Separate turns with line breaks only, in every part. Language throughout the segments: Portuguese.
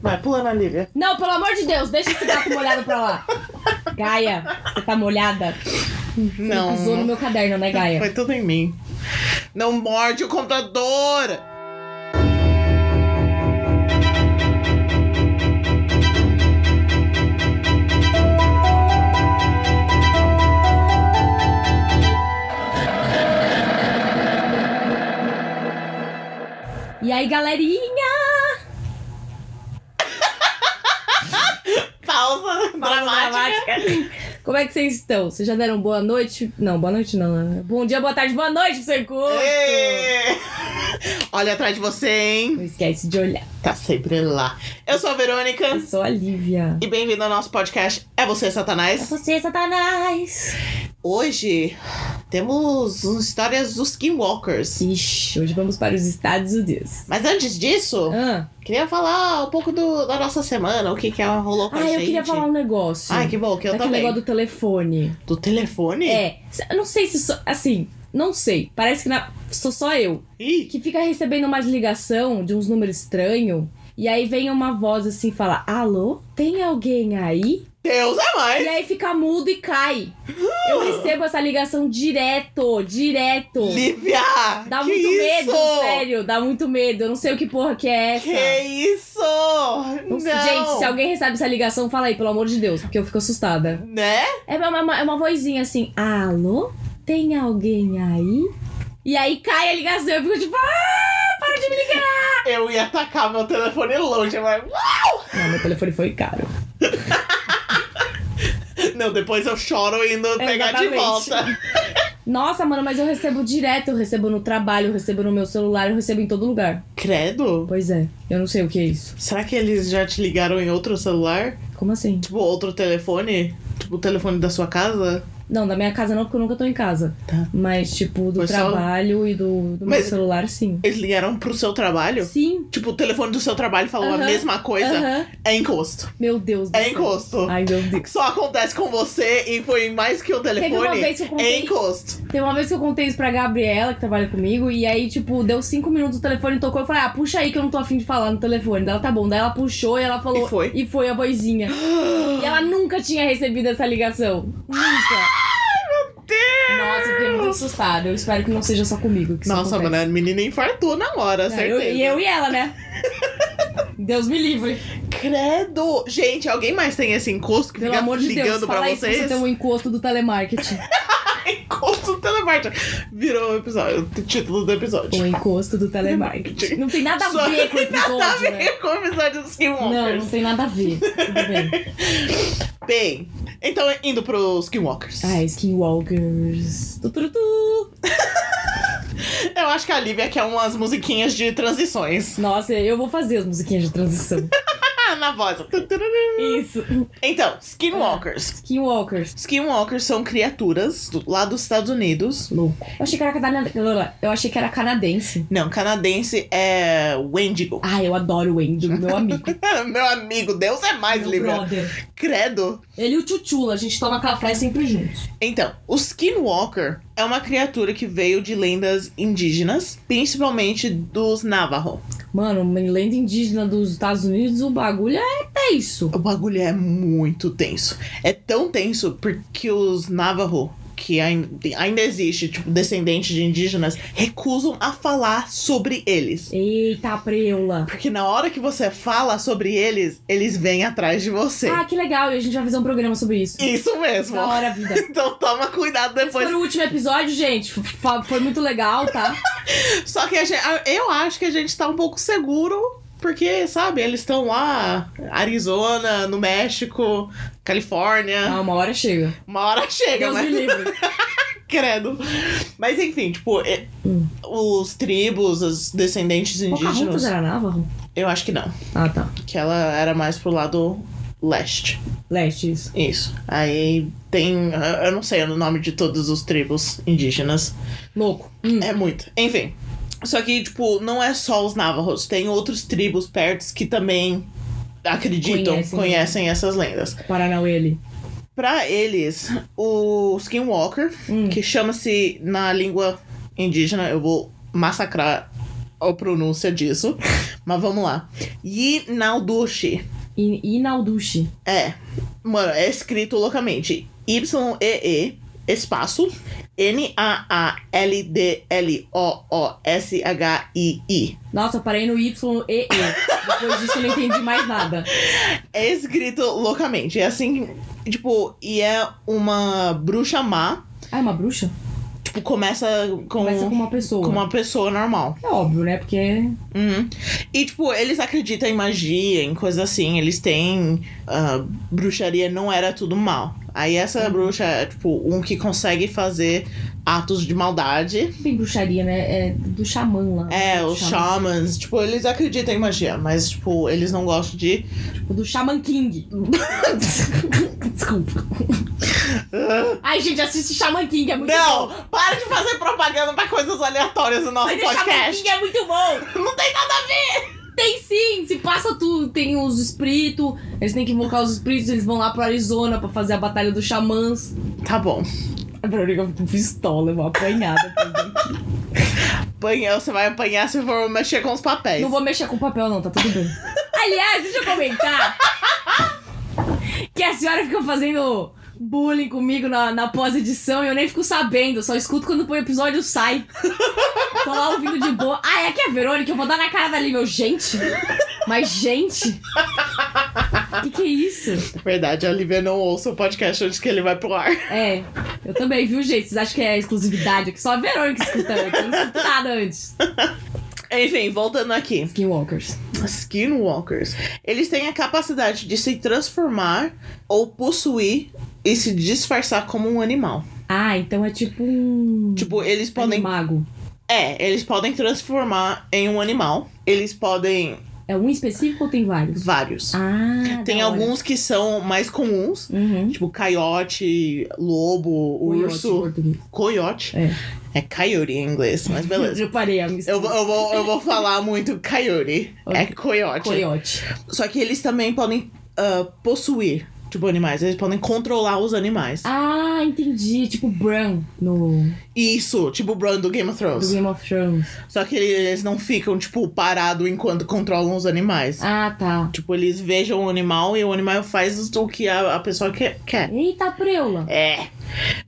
Vai, pula na Lívia.
Não, pelo amor de Deus, deixa esse gato molhado pra lá. Gaia, você tá molhada.
Não.
Pisou no meu caderno, né, Gaia?
Foi tudo em mim. Não morde o computador!
E aí, galerinha?
Pausa dramática.
Como é que vocês estão? Vocês já deram boa noite? Não, boa noite não. né? Bom dia, boa tarde, boa noite, seu curso.
Ê! Olha atrás de você, hein?
Não esquece de olhar.
Tá sempre lá. Eu sou a Verônica
Eu sou a Lívia.
e bem-vindo ao nosso podcast É Você, Satanás.
Você, é Satanás.
Hoje temos histórias dos Skinwalkers.
Ixi, hoje vamos para os Estados Unidos.
Mas antes disso,
Ah,
queria falar um pouco do- da nossa semana, o que que rolou com a
ah
gente.
eu queria falar um negócio.
Ai, que bom, que eu
Daquele
também.
negócio do telefone.
Do telefone?
É, eu não sei se... só- assim, não sei. Parece que na- sou só eu.
Ih,
que fica recebendo umas ligação de uns números estranhos. E aí vem uma voz assim e fala: Alô, tem alguém aí?
Deus é mais!
E aí fica mudo e cai. Eu recebo essa ligação direto, direto.
Lívia!
Dá
que
muito
isso?
medo, sério, dá muito medo. Eu não sei o que porra que é essa.
Que isso?
Não
Não.
sei- Gente, se alguém recebe essa ligação, fala aí, pelo amor de Deus, porque eu fico assustada.
Né?
É uma, uma- é uma vozinha assim: Alô, tem alguém aí? E aí cai a ligação, eu fico tipo, ah, para de me ligar.
Eu ia atacar meu telefone longe, mas.
Não, meu telefone foi caro.
Não, depois eu choro indo pegar de
Exatamente.
volta.
Nossa, mano, mas eu recebo direto, eu recebo no trabalho, eu recebo no meu celular, eu recebo em todo lugar.
Credo?
Pois é, eu não sei o que é isso.
Será que eles já te ligaram em outro celular?
Como assim?
Tipo, outro telefone? Tipo, o telefone da sua casa?
Não, da minha casa não, porque eu nunca tô em casa.
Tá.
Mas, tipo, do
Pois só-
trabalho e do, do
Mas-
meu celular, sim.
Eles ligaram pro seu trabalho?
Sim.
Tipo, o telefone do seu trabalho falou a
Aham,
mesma coisa?
Aham.
É encosto.
Meu Deus do
É
céu.
encosto.
Ai, meu Deus.
Só acontece com você e foi mais que o telefone.
uma vez que eu contei-
É encosto.
Tem uma vez que eu contei isso pra Gabriela, que trabalha comigo, e aí, tipo, deu cinco minutos, o telefone tocou, eu falei, ah, puxa aí que eu não tô afim de falar no telefone. Daí ela, tá bom. Daí ela puxou e ela falou...
E foi?
E foi a vozinha. e ela nunca tinha recebido essa ligação. Nunca. Ai, meu Deus! Nossa, eu fiquei muito assustada. Eu espero que não seja só comigo que isso
Nossa,
acontece.
mano, a menina infartou na hora,
Não, eu-
certeza.
E eu, e ela, né? Deus me livre.
Credo! Gente, alguém mais tem esse encosto que
Pelo
fica
amor de
ligando
Deus,
pra
fala isso
vocês?
que você tem um encosto do telemarketing.
Encosto do telemarketing. Virou o episódio, o título do episódio.
o Um encosto do telemarketing. Não tem nada
Só
a ver com o episódio,
Nada a
né?
ver com o episódio dos
Não, não
Skinwalkers.
tem nada a ver. Tudo bem.
Bem, então indo pros Skinwalkers.
Ah, Skinwalkers. Tu, tu, tu.
Eu acho que a Lívia quer umas musiquinhas de transições.
Nossa, eu vou fazer as musiquinhas de transição.
Ah, na voz.
Isso.
Então, Skinwalkers.
Skinwalkers.
Skinwalkers são criaturas do- lá dos Estados Unidos.
Louco. Eu achei que era canadense. Eu achei que era canadense.
Não, canadense é Wendigo.
Ah, eu adoro o Wendy, meu amigo.
Meu amigo, Deus é mais,
meu
Lívia.
brother.
Credo.
Ele e o Chuchula, a gente toma café sempre juntos.
Então, o Skinwalker é uma criatura que veio de lendas indígenas, principalmente dos Navajo.
Mano, uma lenda indígena dos Estados Unidos, o bagulho é tenso.
O bagulho é muito tenso. É tão tenso porque os Navajo, que ain- ainda existe, tipo, descendente de indígenas, recusam a falar sobre eles.
Eita, preula.
Porque na hora que você fala sobre eles, eles vêm atrás de você.
Ah, que legal. E a gente vai fazer um programa sobre isso.
Isso mesmo.
Da hora, vida.
Então toma cuidado depois.
Foi o último episódio, gente. F- fa- Foi muito legal, tá?
Só que a gente- a- eu acho que a gente tá um pouco seguro, porque, sabe, eles estão lá, Arizona, no México, Califórnia.
Ah, uma hora chega.
Uma hora chega,
Deus me
né?
livre.
Credo. Mas enfim, tipo, é-
Hum.
os tribos, os descendentes
Pocahontas
indígenas.
era Navarro?
Eu acho que não.
Ah, tá.
Que ela era mais pro lado leste.
Leste, isso.
Isso. Aí tem. eu- Eu não sei o nome de todos os tribos indígenas.
Louco. Hum.
É muito. Enfim. Só que, tipo, não é só os Navajos. Tem outros tribos perto que também acreditam, conhecem,
Conhecem.
essas lendas.
Paranauê ali.
Pra eles, o Skinwalker,
Hum.
que chama-se na língua indígena, eu vou massacrar a pronúncia disso, Mas vamos lá. Yinaldushi.
In- Inaldushi.
É. Mano, é escrito loucamente. Y-E-E, espaço, N-A-A-L-D-L-O-O-S-H-I-I.
Nossa, eu parei no Y e E. Depois disso eu não entendi mais nada.
É escrito loucamente. É assim, tipo, e é uma bruxa má.
Ah, é uma bruxa?
Tipo, começa com,
Começa com uma pessoa.
com uma pessoa normal.
É óbvio, né? Porque
Uhum. E, tipo, eles acreditam em magia, em coisa assim. Eles têm. ah, bruxaria não era tudo mal. Aí essa bruxa é, tipo, um que consegue fazer atos de maldade.
bem bruxaria, né? É do xamã lá.
É,
Do
os
xamã.
shamans, tipo, eles acreditam em magia, mas, tipo, eles não gostam de.
Tipo, do Xamã King. Desculpa. Ai, gente, assiste Xamã King, é muito bom.
Não! Para de fazer propaganda pra coisas aleatórias no nosso
Mas o Xamã
podcast!
King é muito bom.
Não tem nada a ver!
Tem sim, se passa tudo. Tem os espíritos, eles têm que invocar os espíritos, eles vão lá pro Arizona pra fazer a batalha dos xamãs.
Tá bom.
A Verônica ficou pistola, eu vou apanhar depois daqui.
Apanha, você vai apanhar se for mexer com os papéis.
Não vou mexer com papel, não, tá tudo bem. Aliás, deixa eu comentar que a senhora fica fazendo bullying comigo na, na pós-edição e eu nem fico sabendo, só escuto quando o episódio sai. Tô lá ouvindo de boa. Ah, é que é a Verônica, eu vou dar na cara dali, meu gente. Mas, gente. Que que é isso?
Verdade, a Lívia não ouça o podcast antes que ele vai pro ar.
É, eu também, viu, gente? Vocês acham que é exclusividade? É que só a Verônica escuta antes. Eu não escuto nada antes.
Enfim, voltando aqui.
Skinwalkers.
Skinwalkers. Eles têm a capacidade de se transformar ou possuir e se disfarçar como um animal.
Ah, então é tipo um.
Tipo, eles podem.
mago.
É, eles podem transformar em um animal. Eles podem.
É um específico ou tem vários?
vários.
Ah,
Tem
da hora.
alguns que são mais comuns,
Uhum.
tipo coiote, lobo,
Coiote em
urso.
português.
Coiote?
É.
É coyote em inglês, mas beleza.
Eu parei a mistura.
Eu, vou- eu, vou, eu vou falar muito coyote. É
Ok.
coiote.
Coiote.
Só que eles também podem ah, possuir, tipo, animais. Eles podem controlar os animais.
Ah, entendi. Tipo Bran no
Isso, tipo o Bran do Game of
do
Thrones.
Game of Thrones.
Só que eles não ficam, tipo, parados enquanto controlam os animais.
Ah, tá.
Tipo, eles vejam o animal e o animal faz o que a, a pessoa que- quer.
Eita, preula.
É.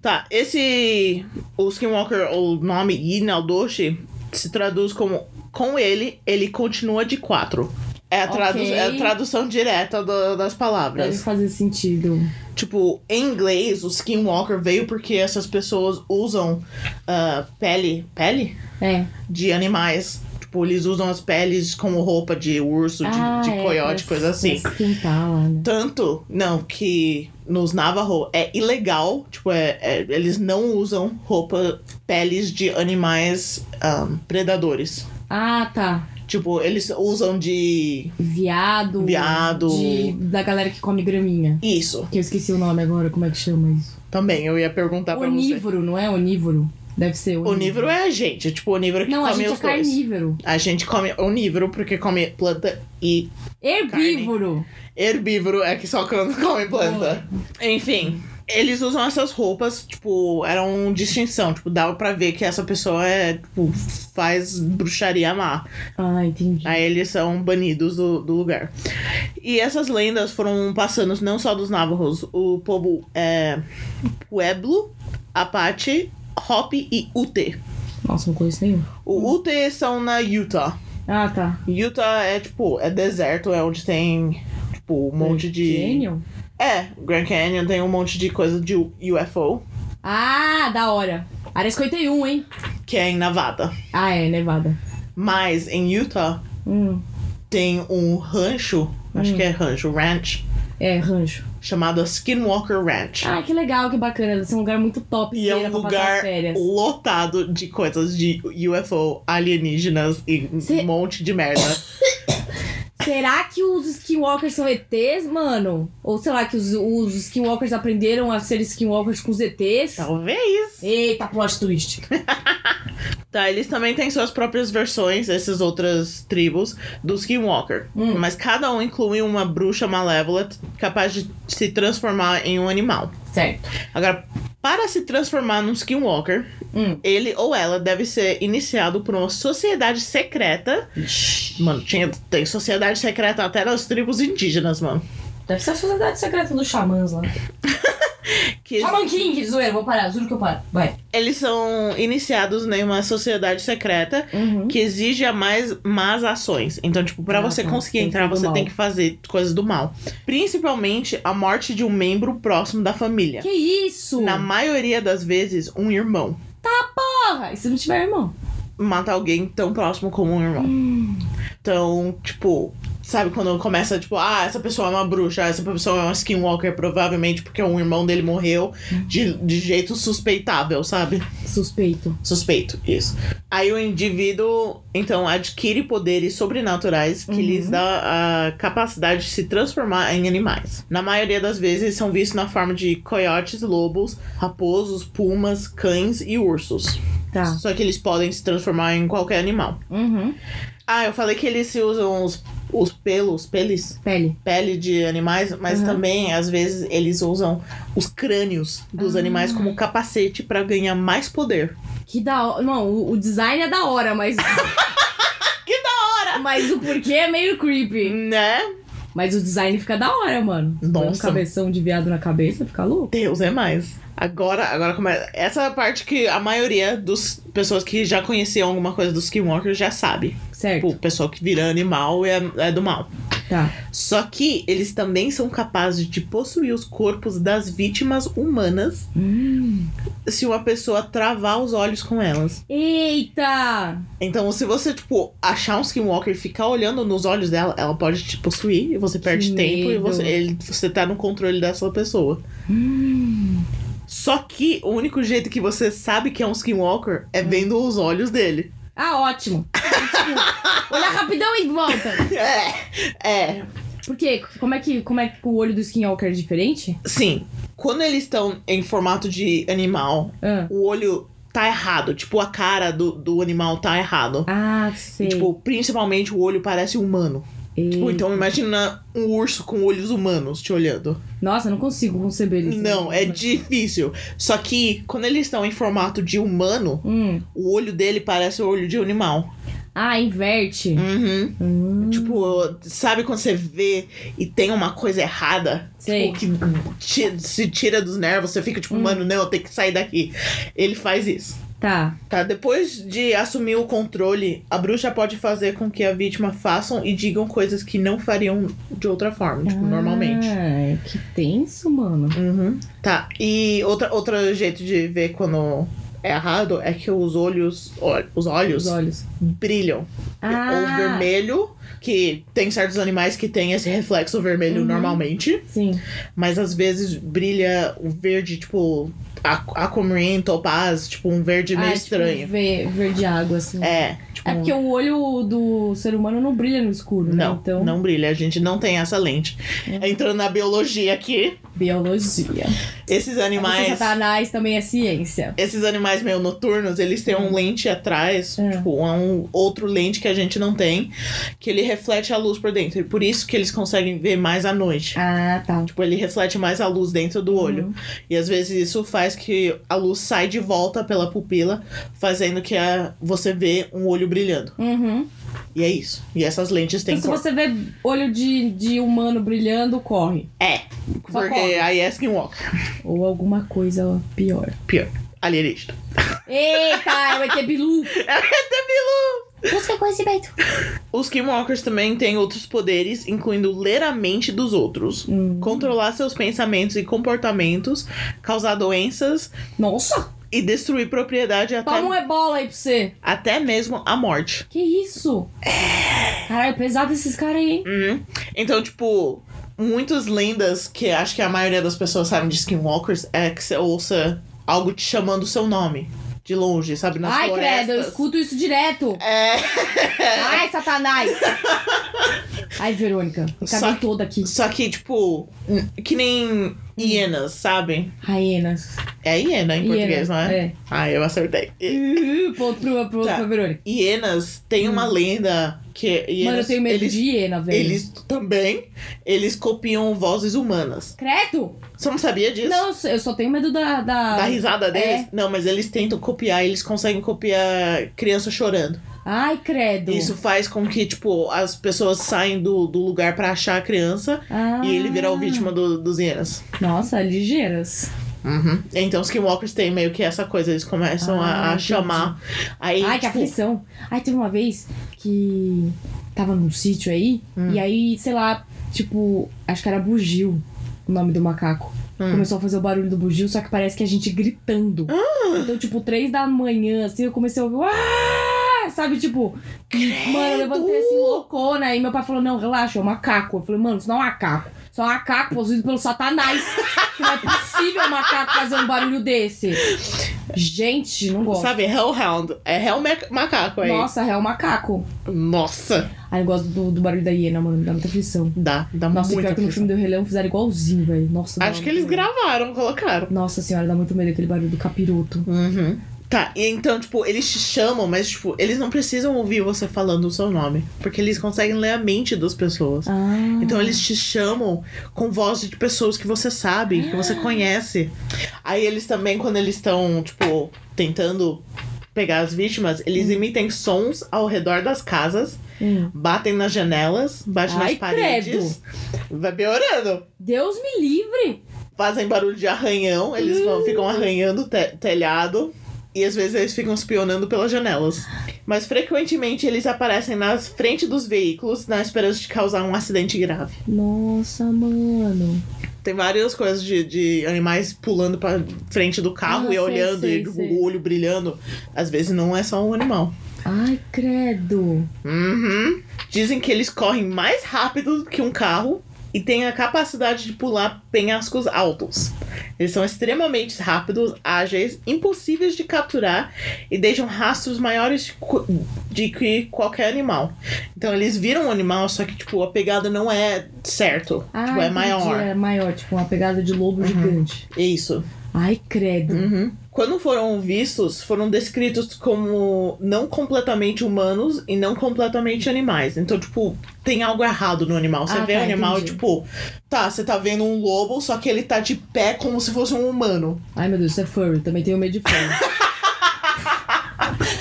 Tá, esse. O Skinwalker, o nome Yinaldoshi, se traduz como com ele, ele continua de quatro. É a, tradu-
Ok.
é a tradução direta do- das
Deve
palavras.
fazer sentido.
Tipo, em inglês, o skinwalker veio porque essas pessoas usam ah, pele. Pele?
É.
De animais. Tipo, eles usam as peles como roupa de urso, de,
ah,
de
é,
coiote,
pra-
coisa assim.
pra esquentar lá, né?
Tanto, não, que nos Navajo é ilegal, tipo, é, é- eles não usam roupa, peles de animais ah, predadores.
Ah, tá.
Tipo, eles usam de.
Viado.
Viado.
de- da galera que come graminha.
Isso,
Que eu esqueci o nome agora, como é que chama isso?
também, eu ia perguntar pra você.
onívoro, não é onívoro? Deve ser onívoro.
Onívoro é a gente, tipo, onívoro que
Não, a
come
gente é
os dois.
carnívoro.
A gente come onívoro porque come planta e
Herbívoro.
herbívoro é que só quando come planta. Enfim, eles usam essas roupas, tipo, eram distinção. Tipo, dava pra ver que essa pessoa é, tipo, faz bruxaria má.
Ah, entendi.
Aí eles são banidos do, do lugar. E essas lendas foram passando não só dos Navajos, o povo é Pueblo, Apache, Hopi e Ute.
Nossa, não conheço nenhum.
O Ute são na Utah.
Ah, tá.
Utah é tipo, é deserto, é onde tem tipo um monte de.
Canyon?
É, Grand Canyon tem um monte de coisa de UFO,
Ah, da hora. Área 51, hein?
que é em Nevada.
Ah, é, Nevada.
Mas em Utah
Hum,
tem um rancho, acho que é rancho, ranch,
é, rancho.
chamado Skinwalker Ranch.
Ah, que legal, que bacana. Deve ser um lugar muito top.
E é
pra
um
Passar as
lugar
férias.
lotado de coisas de UFO, alienígenas e
Cê-
um monte de merda.
Será que os skinwalkers são ETs, mano? Ou será que os, os skinwalkers aprenderam a ser skinwalkers com os ETs?
Talvez.
Eita, plot twist.
Tá, eles também têm suas próprias versões, essas outras tribos, do Skinwalker.
Hum.
Mas cada um inclui uma bruxa malévola capaz de se transformar em um animal.
certo.
Agora, Para se transformar num Skinwalker,
Hum.
ele ou ela deve ser iniciado por uma sociedade secreta. Mano, tinha, tem sociedade secreta até nas tribos indígenas, mano.
Deve ser a sociedade secreta dos xamãs lá.
Que
Xamã King, zoeira, vou parar, juro que eu paro. Vai.
eles são iniciados em uma sociedade secreta que exige a mais más ações. Então, tipo, pra
Ah,
você
tá.
conseguir
Tem que
entrar,
fazer
você
mal.
tem que fazer coisas do mal. Principalmente a morte de um membro próximo da família.
Que isso?
Na maioria das vezes, um irmão.
Porra, e se não tiver irmão? Hum,
Mata alguém tão próximo como um irmão. Então, tipo, sabe quando começa, tipo, ah, essa pessoa é uma bruxa, ah, essa pessoa é uma skinwalker, provavelmente porque um irmão dele morreu
Hum.
de, de jeito suspeitável, sabe?
Suspeito.
Suspeito, isso. Aí o indivíduo, então, adquire poderes sobrenaturais que
Uhum.
lhes dá a capacidade de se transformar em animais. Na maioria das vezes, são vistos na forma de coiotes, lobos, raposos, pumas, cães e ursos.
Tá.
Só que eles podem se transformar em qualquer animal.
Uhum.
Ah, eu falei que eles se usam os, os pelos, peles,
Pele.
pele de animais, mas
Uhum.
também, às vezes, eles usam os crânios dos
Ah.
animais como capacete pra ganhar mais poder.
Que da hora. Não, o, o design é da hora, mas. que da hora! Mas o porquê é meio creepy.
Né?
Mas o design fica da hora, mano. Põe Um
Nossa.
cabeção de viado na cabeça, fica louco.
Deus é mais. Agora, agora começa. Essa é a parte que a maioria das pessoas que já conheciam alguma coisa do Skinwalker já sabe.
Certo.
Tipo, o pessoal que vira animal é, é do mal.
Tá.
Só que eles também são capazes de possuir os corpos das vítimas humanas
Hum.
se uma pessoa travar os olhos com elas.
Eita!
Então, se você, tipo, achar um Skinwalker e ficar olhando nos olhos dela, ela pode te possuir e você perde tempo e
medo.
você, ele, você tá no controle da sua pessoa.
Hum.
Só que o único jeito que você sabe que é um skinwalker
Hum.
é vendo os olhos dele.
Ah, ótimo. tipo, olhar rapidão e volta.
É, é.
Por quê? Como é que, como é que o olho do Skinwalker é diferente?
Sim. Quando eles estão em formato de animal,
Ah,
o olho tá errado. Tipo, a cara do, do animal tá errado.
ah
E,
sei.
tipo, principalmente o olho parece humano. Tipo,
Ei.
então imagina um urso com olhos humanos te olhando.
Nossa, eu não consigo conceber isso.
Não, é difícil. Só que quando eles estão em formato de humano,
Hum.
o olho dele parece o olho de animal.
Ah, inverte.
Uhum.
Hum,
Tipo, sabe quando você vê e tem uma coisa errada?
Sei.
Tipo, que ti- se tira dos nervos, você fica tipo,
Hum.
mano, não, eu tenho que sair daqui. Ele faz isso.
Tá.
Tá, depois de assumir o controle, a bruxa pode fazer com que a vítima façam e digam coisas que não fariam de outra forma, tipo, normalmente.
Ah, que tenso, mano.
Uhum. Tá, e outra, outro jeito de ver quando é errado é que os olhos, ó- os olhos
Os olhos.
brilham. É, Ou
Ah,
vermelho, que tem certos animais que tem esse reflexo vermelho
Uhum.
normalmente.
Sim.
Mas às vezes brilha o verde, tipo, a aquamarine, topaz, tipo, um verde meio
Ah,
estranho.
Tipo, ver- verde água, assim.
É, tipo...
É porque o olho do ser humano não brilha no escuro,
Não,
né? Então,
não brilha, a gente não tem essa lente.
É.
Entrando na biologia aqui,
biologia.
esses
É, Você, tá
animais.
Satanás também é ciência.
Esses animais meio noturnos, eles têm um lente atrás,
Uhum. É.
tipo, é um outro lente que a gente não tem, que ele reflete a luz por dentro. E por isso que eles conseguem ver mais à noite.
Ah, tá.
Tipo, ele reflete mais a luz dentro do olho.
Uhum.
E às vezes isso faz que a luz sai de volta pela pupila, fazendo que a, você vê um olho brilhando.
Uhum.
E é isso. E essas lentes têm
Então, se
cor.
você vê olho de, de humano brilhando, corre.
É.
Só
Porque
corre.
aí é Skinwalker.
Ou alguma coisa pior.
Pior. Alienígena.
Eita, é vai ter Bilu.
É
Busca conhecimento.
Os Skinwalkers também têm outros poderes, incluindo ler a mente dos outros.
Hum.
Controlar seus pensamentos e comportamentos, causar doenças
Nossa,
e destruir propriedade até,
toma um ebola aí pra você.
até mesmo a morte.
Que isso?
É.
Caralho, pesado esses caras aí, hein?
Uhum. Então, tipo, muitas lendas que acho que a maioria das pessoas sabem de Skinwalkers é que você ouça algo te chamando o seu nome. De longe, sabe? Nas
Ai,
florestas.
credo, eu escuto isso direto.
É.
Ai, satanás. Ai, Verônica, eu
Só
caguei
que-
toda aqui.
Só que, tipo, n- que nem hienas, sabe?
Raenas.
É hiena em português, não é? Ah, eu acertei.
É. Ponto pro, pro,
Tá.
pra Verônica.
Hienas tem uma lenda Que e
Hum. Mano,
eles,
eu tenho medo
eles,
de hiena, velho.
eles também, eles copiam vozes humanas.
Credo?
Você não sabia disso?
Não, É. eu só- eu só tenho medo da. Da,
Da risada deles? Não, mas eles tentam copiar, eles conseguem copiar criança chorando.
Ai, credo.
Isso faz com que, tipo, as pessoas saem do, do lugar pra achar a criança
Ah.
e ele vira o vítima do- dos hienas.
Nossa, ligeiras.
Uhum. Então os Skinwalkers têm meio que essa coisa, eles começam a-
Ah,
a,
entendi.
chamar. Aí,
Ai, que
tipo,
aflição. Ai, teve uma vez que tava num sítio aí,
Hum.
e aí, sei lá, tipo, acho que era bugio o nome do macaco.
Hum.
Começou a fazer o barulho do bugio, só que parece que a gente gritando.
Hum.
Então, tipo, três da manhã, assim, eu comecei a ouvir. "Ah!" Sabe, tipo, mano, eu levantei assim, loucona. Aí meu pai falou: não, relaxa, é um macaco. Eu falei, mano, isso não é um macaco. Isso é um macaco possuído pelo satanás. não é possível um macaco fazer um barulho desse. Gente, não gosto.
sabe, Hellhound. É Hell ma- Macaco aí.
Nossa, é um macaco.
Nossa.
Ai, eu gosto do, do barulho da hiena, mano. Me dá muita aflição.
Dá, dá
Nossa,
muita
pior que no
aflição.
filme do Rei Leão fizeram igualzinho, velho. Nossa, dá
Acho que
muito
eles
medo.
gravaram, colocaram.
Nossa senhora, dá muito medo aquele barulho do capiroto.
Uhum. Tá, e então, tipo, eles te chamam, mas, tipo, eles não precisam ouvir você falando o seu nome. Porque eles conseguem ler a mente das pessoas.
Ah.
Então eles te chamam com voz de pessoas que você sabe, que
Ah.
você conhece. Aí eles também, quando eles estão, tipo, tentando pegar as vítimas, eles imitem sons ao redor das casas,
Hum.
batem nas janelas, batem
Ai,
nas paredes. Vai piorando.
Deus me livre!
Fazem barulho de arranhão, eles vão, ficam arranhando o te- telhado. E às vezes eles ficam espionando pelas janelas. Mas frequentemente eles aparecem na frente dos veículos na esperança de causar um acidente grave.
Nossa, mano.
Tem várias coisas de, de animais pulando pra frente do carro e
Ah, sei,
olhando
sei,
e tipo,
sei.
o olho brilhando. Às vezes não é só um animal.
Ai, credo.
Uhum. Dizem que eles correm mais rápido que um carro e têm a capacidade de pular penhascos altos. Eles são extremamente rápidos, ágeis, impossíveis de capturar e deixam rastros maiores de cu- de que qualquer animal. Então eles viram um animal, só que tipo, a pegada não é certo.
Ai,
tipo, é
Ah, entendi,
maior.
É maior, tipo uma pegada de lobo gigante.
É isso.
Ai, credo.
Uhum. Quando foram vistos, foram descritos como não completamente humanos e não completamente animais. Então, tipo, tem algo errado no animal. Você
Ah,
vê
tá,
o animal e,
entendi.
tipo, tá, você tá vendo um lobo, só que ele tá de pé como se fosse um humano.
Ai, meu Deus, isso é furry. Também tenho medo de furry.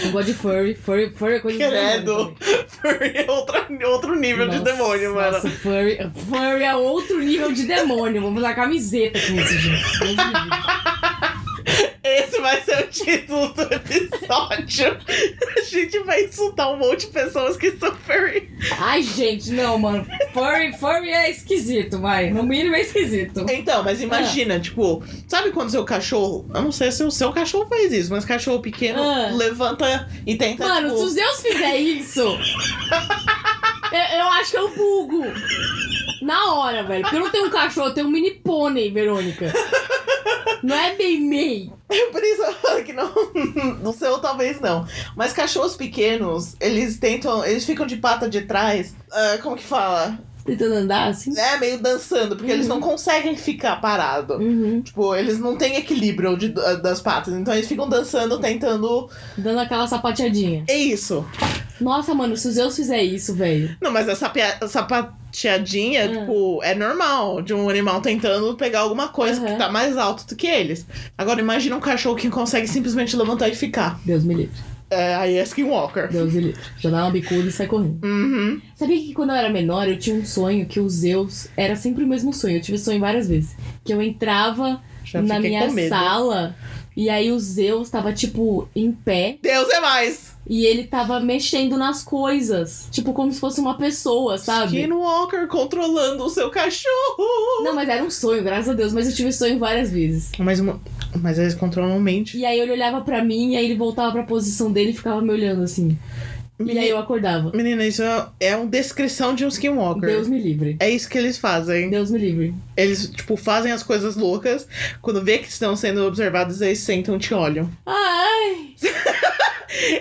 não gosto de furry. Furry, furry é coisa de
Credo! Furry é outro, outro nível de
Nossa,
demônio, mano.
Nossa, furry, furry é outro nível de demônio. Vamos usar camiseta com isso, gente. Deus me livre.
Esse vai ser o título do episódio. A gente vai insultar um monte de pessoas que são furry.
Ai, gente, não, mano. Furry, furry é esquisito, vai. No mínimo é esquisito.
Então,
É.
mas imagina, tipo, sabe quando seu cachorro. Eu não sei se o seu cachorro faz isso, mas cachorro pequeno
Ah.
levanta e tenta.
Mano, se
tipo,
os Zeus fizer isso, eu, eu acho que eu bugo. Na hora, velho. Porque eu não tenho um cachorro, eu tenho um mini pônei, Verônica. Não é bem meio.
Por isso eu falo que não. No seu talvez não. Mas cachorros pequenos, eles tentam. Eles ficam de pata de trás. ah, como que fala?
Tentando andar assim.
Né? Meio dançando, porque eles não conseguem ficar parado.
Uhum.
Tipo, eles não têm equilíbrio de- das patas. Então eles ficam dançando, tentando.
Dando aquela sapateadinha.
É isso.
Nossa, mano, se os Zeus fizer isso, velho.
Não, mas essa pia- essa pateadinha,
Ah.
tipo, é normal de um animal tentando pegar alguma coisa
Aham.
que tá mais alto do que eles. Agora, imagina um cachorro que consegue simplesmente levantar e ficar.
Deus me livre.
É, aí é Skinwalker.
Deus me livre. Já dá uma bicuda e sai correndo.
Uhum.
Sabia que quando eu era menor, eu tinha um sonho que o Zeus era sempre o mesmo sonho. Eu tive esse sonho várias vezes. Que eu entrava
Já
na
fiquei
minha
com medo.
sala e aí o Zeus tava, tipo, em pé
Deus é mais!
e ele tava mexendo nas coisas. Tipo, como se fosse uma pessoa, sabe?
Skinwalker controlando o seu cachorro!
Não, mas era um sonho, graças a Deus. Mas eu tive esse sonho várias vezes.
Mas, uma- mas eles controlam mente.
E aí ele olhava pra mim e aí ele voltava pra posição dele e ficava me olhando assim. E aí eu acordava.
Menina, isso é, é uma descrição de um Skinwalker.
Deus me livre.
É isso que eles fazem.
Deus me livre.
Eles, tipo, fazem as coisas loucas. Quando vê que estão sendo observados, eles sentam e te olham.
Ai!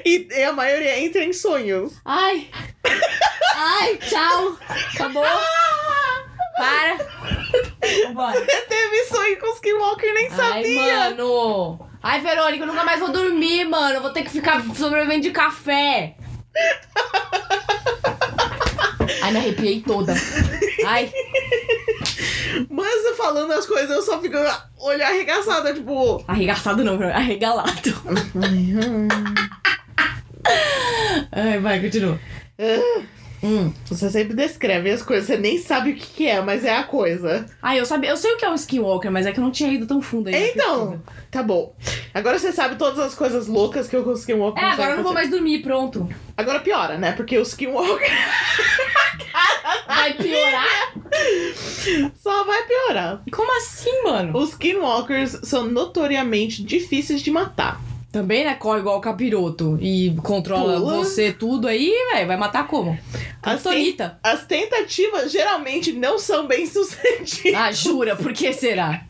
E, e a maioria entra em sonhos.
Ai! Ai, tchau! Acabou! Para! Vambora!
É, Teve sonho com Skinwalker, nem
Ai,
sabia.
mano! Ai, Verônica, eu nunca mais vou dormir, mano! Eu vou ter que ficar sobrevivendo de café! Ai, me arrepiei toda. Ai,
Mas falando as coisas, eu só fico olhar arregaçada, tipo.
arregaçado não, arregalado. Ai, vai, continua. Hum.
Você sempre descreve as coisas, você nem sabe o que, que é, mas é a coisa.
Ai, eu, sabia, eu sei o que é um skinwalker, mas é que eu não tinha ido tão fundo ainda.
Então, tá bom. Agora você sabe todas as coisas loucas que eu consegui um
É, agora eu não vou mais dormir, pronto.
Agora piora, né? Porque o Skinwalker
Vai piorar?
só vai piorar.
Como assim, mano?
Os Skinwalkers são notoriamente difíceis de matar.
Também, né, corre igual o capiroto e controla
Pula.
você tudo aí, velho, vai matar como?
Assim-
Criptonita.
As tentativas geralmente não são bem sucedidas.
Ah, jura, por que será?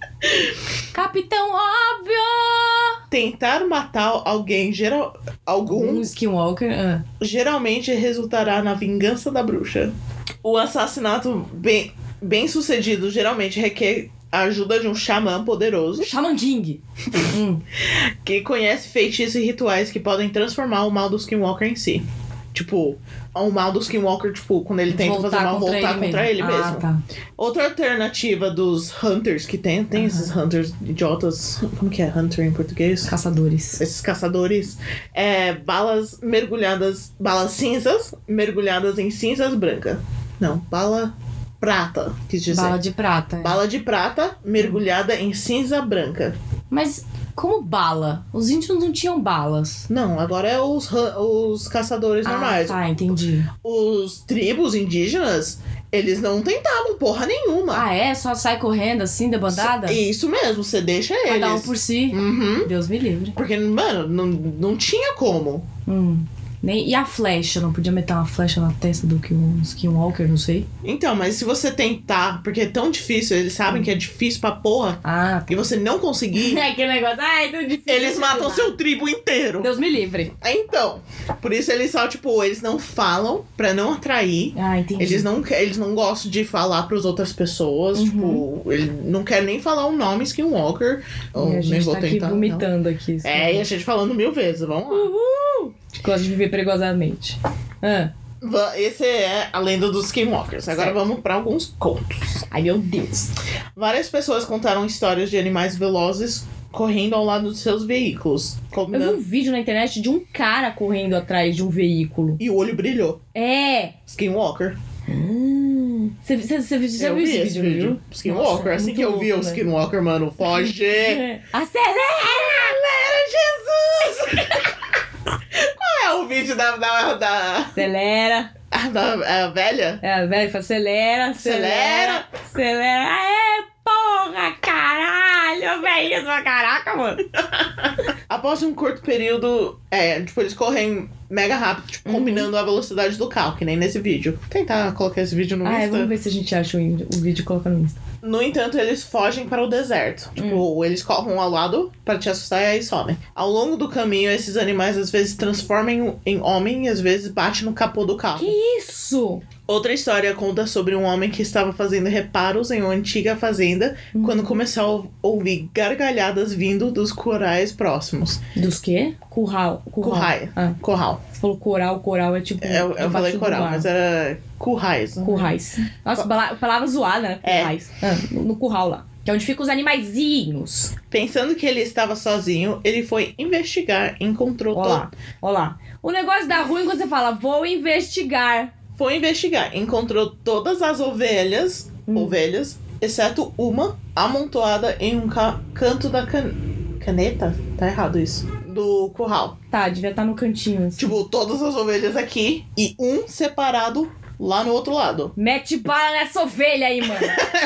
Capitão Óbvio!
Tentar matar alguém geral...
Um
algum
Skinwalker. ah.
geralmente resultará na vingança da bruxa. O assassinato bem, bem sucedido geralmente requer a ajuda de um xamã poderoso
Shaman King. Hum.
que conhece feitiços e rituais que podem transformar o mal do Skinwalker em si. Tipo, o mal do Skinwalker, tipo, quando ele tenta fazer mal, voltar contra ele mesmo.
Ah, tá.
Outra alternativa dos Hunters que tem, tem esses Hunters idiotas, como que é Hunter em português?
Caçadores.
Esses caçadores, é balas mergulhadas, balas cinzas, mergulhadas em cinzas brancas. Não, bala prata, quis dizer.
Bala
Bala
de prata. é.
de, prata mergulhada em cinza branca.
Mas como bala? Os índios não tinham balas.
Não, agora é os, ran- os caçadores
Ah,
normais.
tá, entendi.
Ah. Os tribos indígenas, eles não tentavam porra nenhuma.
Ah, é? Só sai correndo assim, debandada?
Isso mesmo, você deixa eles.
Cada um por si.
Uhum.
Deus me livre.
Porque, mano, não, não tinha como.
Hum. Nem... E a flecha? Não podia meter uma flecha na testa do que um Skinwalker, não sei.
Então, mas se você tentar, porque é tão difícil, eles sabem que é difícil pra porra,
Ah,
e você não conseguir,
É aquele negócio, ai, tão difícil.
eles matam seu tribo inteiro.
Deus me livre.
Então, por isso eles só, tipo, eles não falam pra não atrair.
Ah, entendi.
Eles não, que- eles não gostam de falar pras outras pessoas.
Uhum.
Tipo, ele não quer nem falar o nome Skinwalker. Eu
E a
Oh, nem
gente
vou
tá aqui
tentar. não.
vomitando assim. Uhum. aqui. isso.
É, e a gente falando mil vezes, vamos lá.
A gente gosta de viver perigosamente. Ah.
Va- Esse é a lenda dos Skinwalkers. Agora
Certo.
vamos pra alguns contos.
Ai, meu Deus.
Várias pessoas contaram histórias de animais velozes correndo ao lado de seus veículos,
Eu vi
combinando.
um vídeo na internet de um cara correndo atrás de um veículo.
E o olho brilhou.
É!
Skinwalker.
Você você- você- você já
Hum. eu
viu
vi
esse vídeo, não viu?
Skinwalker.
Nossa,
assim
muito
que eu
louco,
vi o
né?
Skinwalker, mano, foge!
Acelera!
é o vídeo da. da. da,
Acelera!
da- a velha?
É, velho, acelera, acelera! Acelera! Aê, porra, caralho, velho, isso é caraca, mano!
Após um curto período, é, tipo, eles correm mega rápido, tipo,
Uhum.
combinando a velocidade do carro, que nem nesse vídeo. Vou tentar colocar esse vídeo no
Ai,
Insta.
vamos ver se a gente acha o, in- o vídeo e coloca no Insta.
No entanto, eles fogem para o deserto. Tipo,
Hum.
eles correm ao lado para te assustar e aí somem. Ao longo do caminho, esses animais às vezes transformam em homem e às vezes bate no capô do carro.
Que isso?
Outra história conta sobre um homem que estava fazendo reparos em uma antiga fazenda
Hum.
quando começou a ou- ouvir gargalhadas vindo dos corais próximos.
Dos quê? Curral. Curral.
Currai.
Ah,
Corral.
você falou coral, coral é tipo.
Eu, eu
embaixo
falei
do
coral,
mar.
mas é- era currais.
Currais. Nossa, bala- palavra zoada, né?
É.
Currais. Ah, no curral lá. Que é onde ficam os animaizinhos.
Pensando que ele estava sozinho, ele foi investigar e encontrou
Ó lá, ó lá. O negócio dá ruim quando você fala, vou investigar.
Foi investigar, encontrou todas as ovelhas,
Hum.
ovelhas, exceto uma amontoada em um ca- canto da can- caneta, tá errado isso, do curral.
Tá, devia estar no cantinho. assim.
Tipo, todas as ovelhas aqui e um separado lá no outro lado.
Mete bala nessa ovelha aí, mano.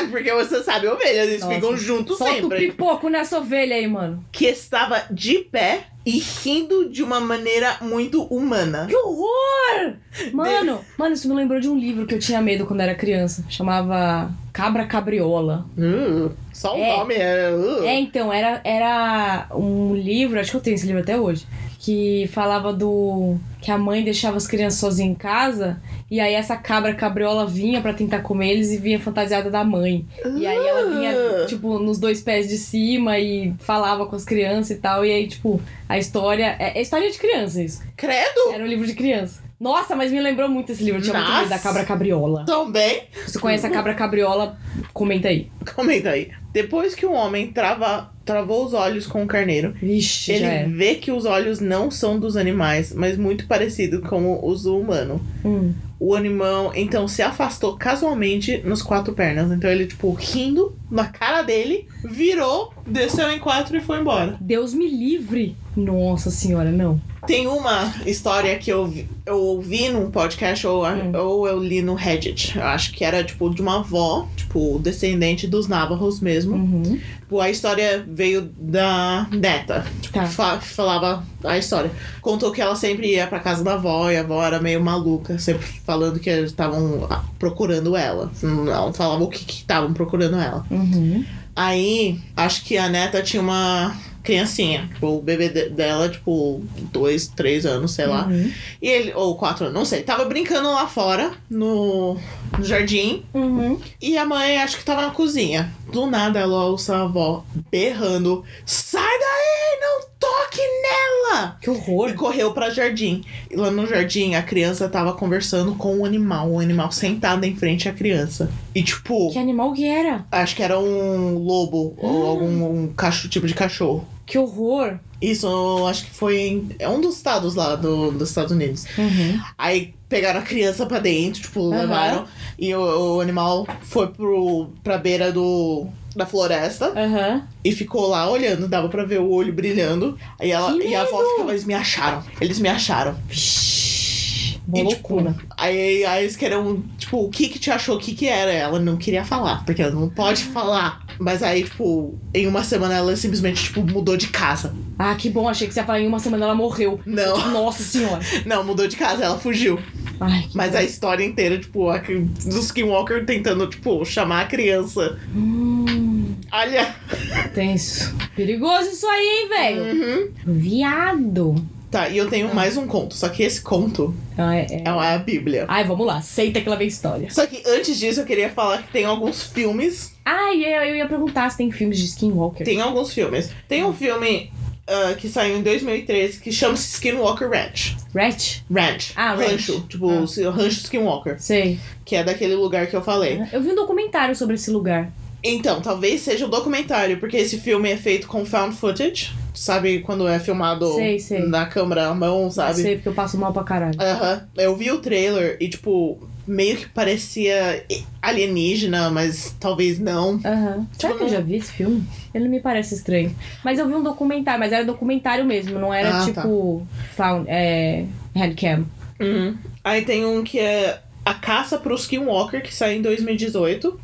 Porque você sabe, ovelhas, eles
Nossa.
ficam juntos
Solta o
sempre.
pipoco nessa ovelha aí, mano.
Que estava de pé e rindo de uma maneira muito humana.
Que horror! Mano, mano, isso me lembrou de um livro que eu tinha medo quando era criança. Chamava Cabra Cabriola.
Uh, só o
É.
nome é. uh.
É, então, era, era um livro, acho que eu tenho esse livro até hoje, que falava do. que a mãe deixava as crianças sozinhas em casa, e aí essa cabra cabriola vinha pra tentar comer eles e vinha fantasiada da mãe. E aí ela vinha,
Uh.
tipo, nos dois pés de cima e falava com as crianças e tal, e aí, tipo, a história. É, é história de criança isso.
Credo!
Era um livro de criança. Nossa, mas me lembrou muito esse livro. Eu tinha muito medo da
Nossa.
Cabra Cabriola.
Também,
Se você conhece a Cabra Cabriola, comenta aí.
comenta aí. Depois que um homem trava, travou os olhos com um carneiro,
Vixe,
ele
já é.
vê que os olhos não são dos animais, mas muito parecido com os do humano.
Hum.
O animal então se afastou casualmente nos quatro pernas. Então ele, tipo, rindo na cara dele, virou, desceu em quatro e foi embora.
Deus me livre. Nossa senhora, não.
Tem uma história que eu, vi- eu ouvi num podcast ou,
Hum.
ou eu li no Reddit. Eu acho que era, tipo, de uma avó, tipo, descendente dos Navajos mesmo.
Uhum.
Tipo, a história veio da neta. Tipo,
Tá.
fa- falava a história. Contou que ela sempre ia pra casa da avó e a avó era meio maluca, sempre falando que eles estavam ah, procurando ela. Não falava o que que estavam procurando ela.
Uhum.
Aí, acho que a neta tinha uma criancinha. Tipo, o bebê de- dela, tipo, dois, três anos, sei lá.
Uhum.
E ele, ou quatro anos, não sei. Tava brincando lá fora, no, no jardim.
Uhum.
E a mãe, acho que tava na cozinha. Do nada, ela ouça a avó berrando: Sai daí, não toque nela!
Que
E
horror.
correu pra jardim. E lá no jardim, a criança tava conversando com um animal. Um animal sentado em frente à criança. E tipo.
Que animal que era?
Acho que era um lobo ou algum um cacho, tipo de cachorro.
Que horror.
Isso, eu acho que foi em é um dos estados lá do, dos Estados Unidos.
Uhum.
Aí pegaram a criança pra dentro, tipo,
Aham.
levaram. E o, o animal foi pro, pra beira do, da floresta
Aham.
e ficou lá olhando. Dava pra ver o olho brilhando. Aí ela,
Que
e a avó
medo!
ficava, eles me acharam. Eles me acharam.
Vixe.
E,
Boa
tipo,
loucura.
aí, aí eles queriam, tipo, o que que te achou, o que que era? Ela não queria falar, porque ela não pode
Ah.
falar. Mas aí, tipo, em uma semana ela simplesmente, tipo, mudou de casa.
Ah, que bom. Achei que você ia falar em uma semana ela morreu.
Não,
Nossa senhora.
não, mudou de casa, ela fugiu.
Ai, que
Mas
bom.
a história inteira, tipo, a, do Skinwalker tentando, tipo, chamar a criança.
Hum,
Olha.
tenso. Perigoso isso aí, hein, velho?
Uhum.
Hum. Viado.
Tá, e eu tenho mais um conto, só que esse conto
Ah, é,
é
é.
a Bíblia.
Ai, vamos lá. Aceita que lá vem história.
Só que antes disso, eu queria falar que tem alguns filmes
Ai, eu, eu ia perguntar se tem filmes de Skinwalker.
Tem alguns filmes. Tem um filme ah, que saiu em 2013 que chama-se Skinwalker Ranch.
Ratch?
Ranch.
Ah, ranch.
rancho. Tipo,
Ah.
o seu- Rancho Skinwalker,
Sei.
que é daquele lugar que eu falei.
Eu vi um documentário sobre esse lugar.
Então, talvez seja um documentário, porque esse filme é feito com found footage. Sabe quando é filmado
Sei, sei.
na câmera à mão, sabe?
Sei, porque eu passo mal pra caralho.
Aham. Eu vi o trailer e, tipo, meio que parecia alienígena, mas talvez não.
Aham. Será que eu já vi esse filme? Ele me parece estranho. Mas eu vi um documentário, mas era documentário mesmo, não era
Ah,
tipo. Found, é. Handcam.
Uhum. Aí tem um que é A Caça pro Skinwalker, que saiu em 2018.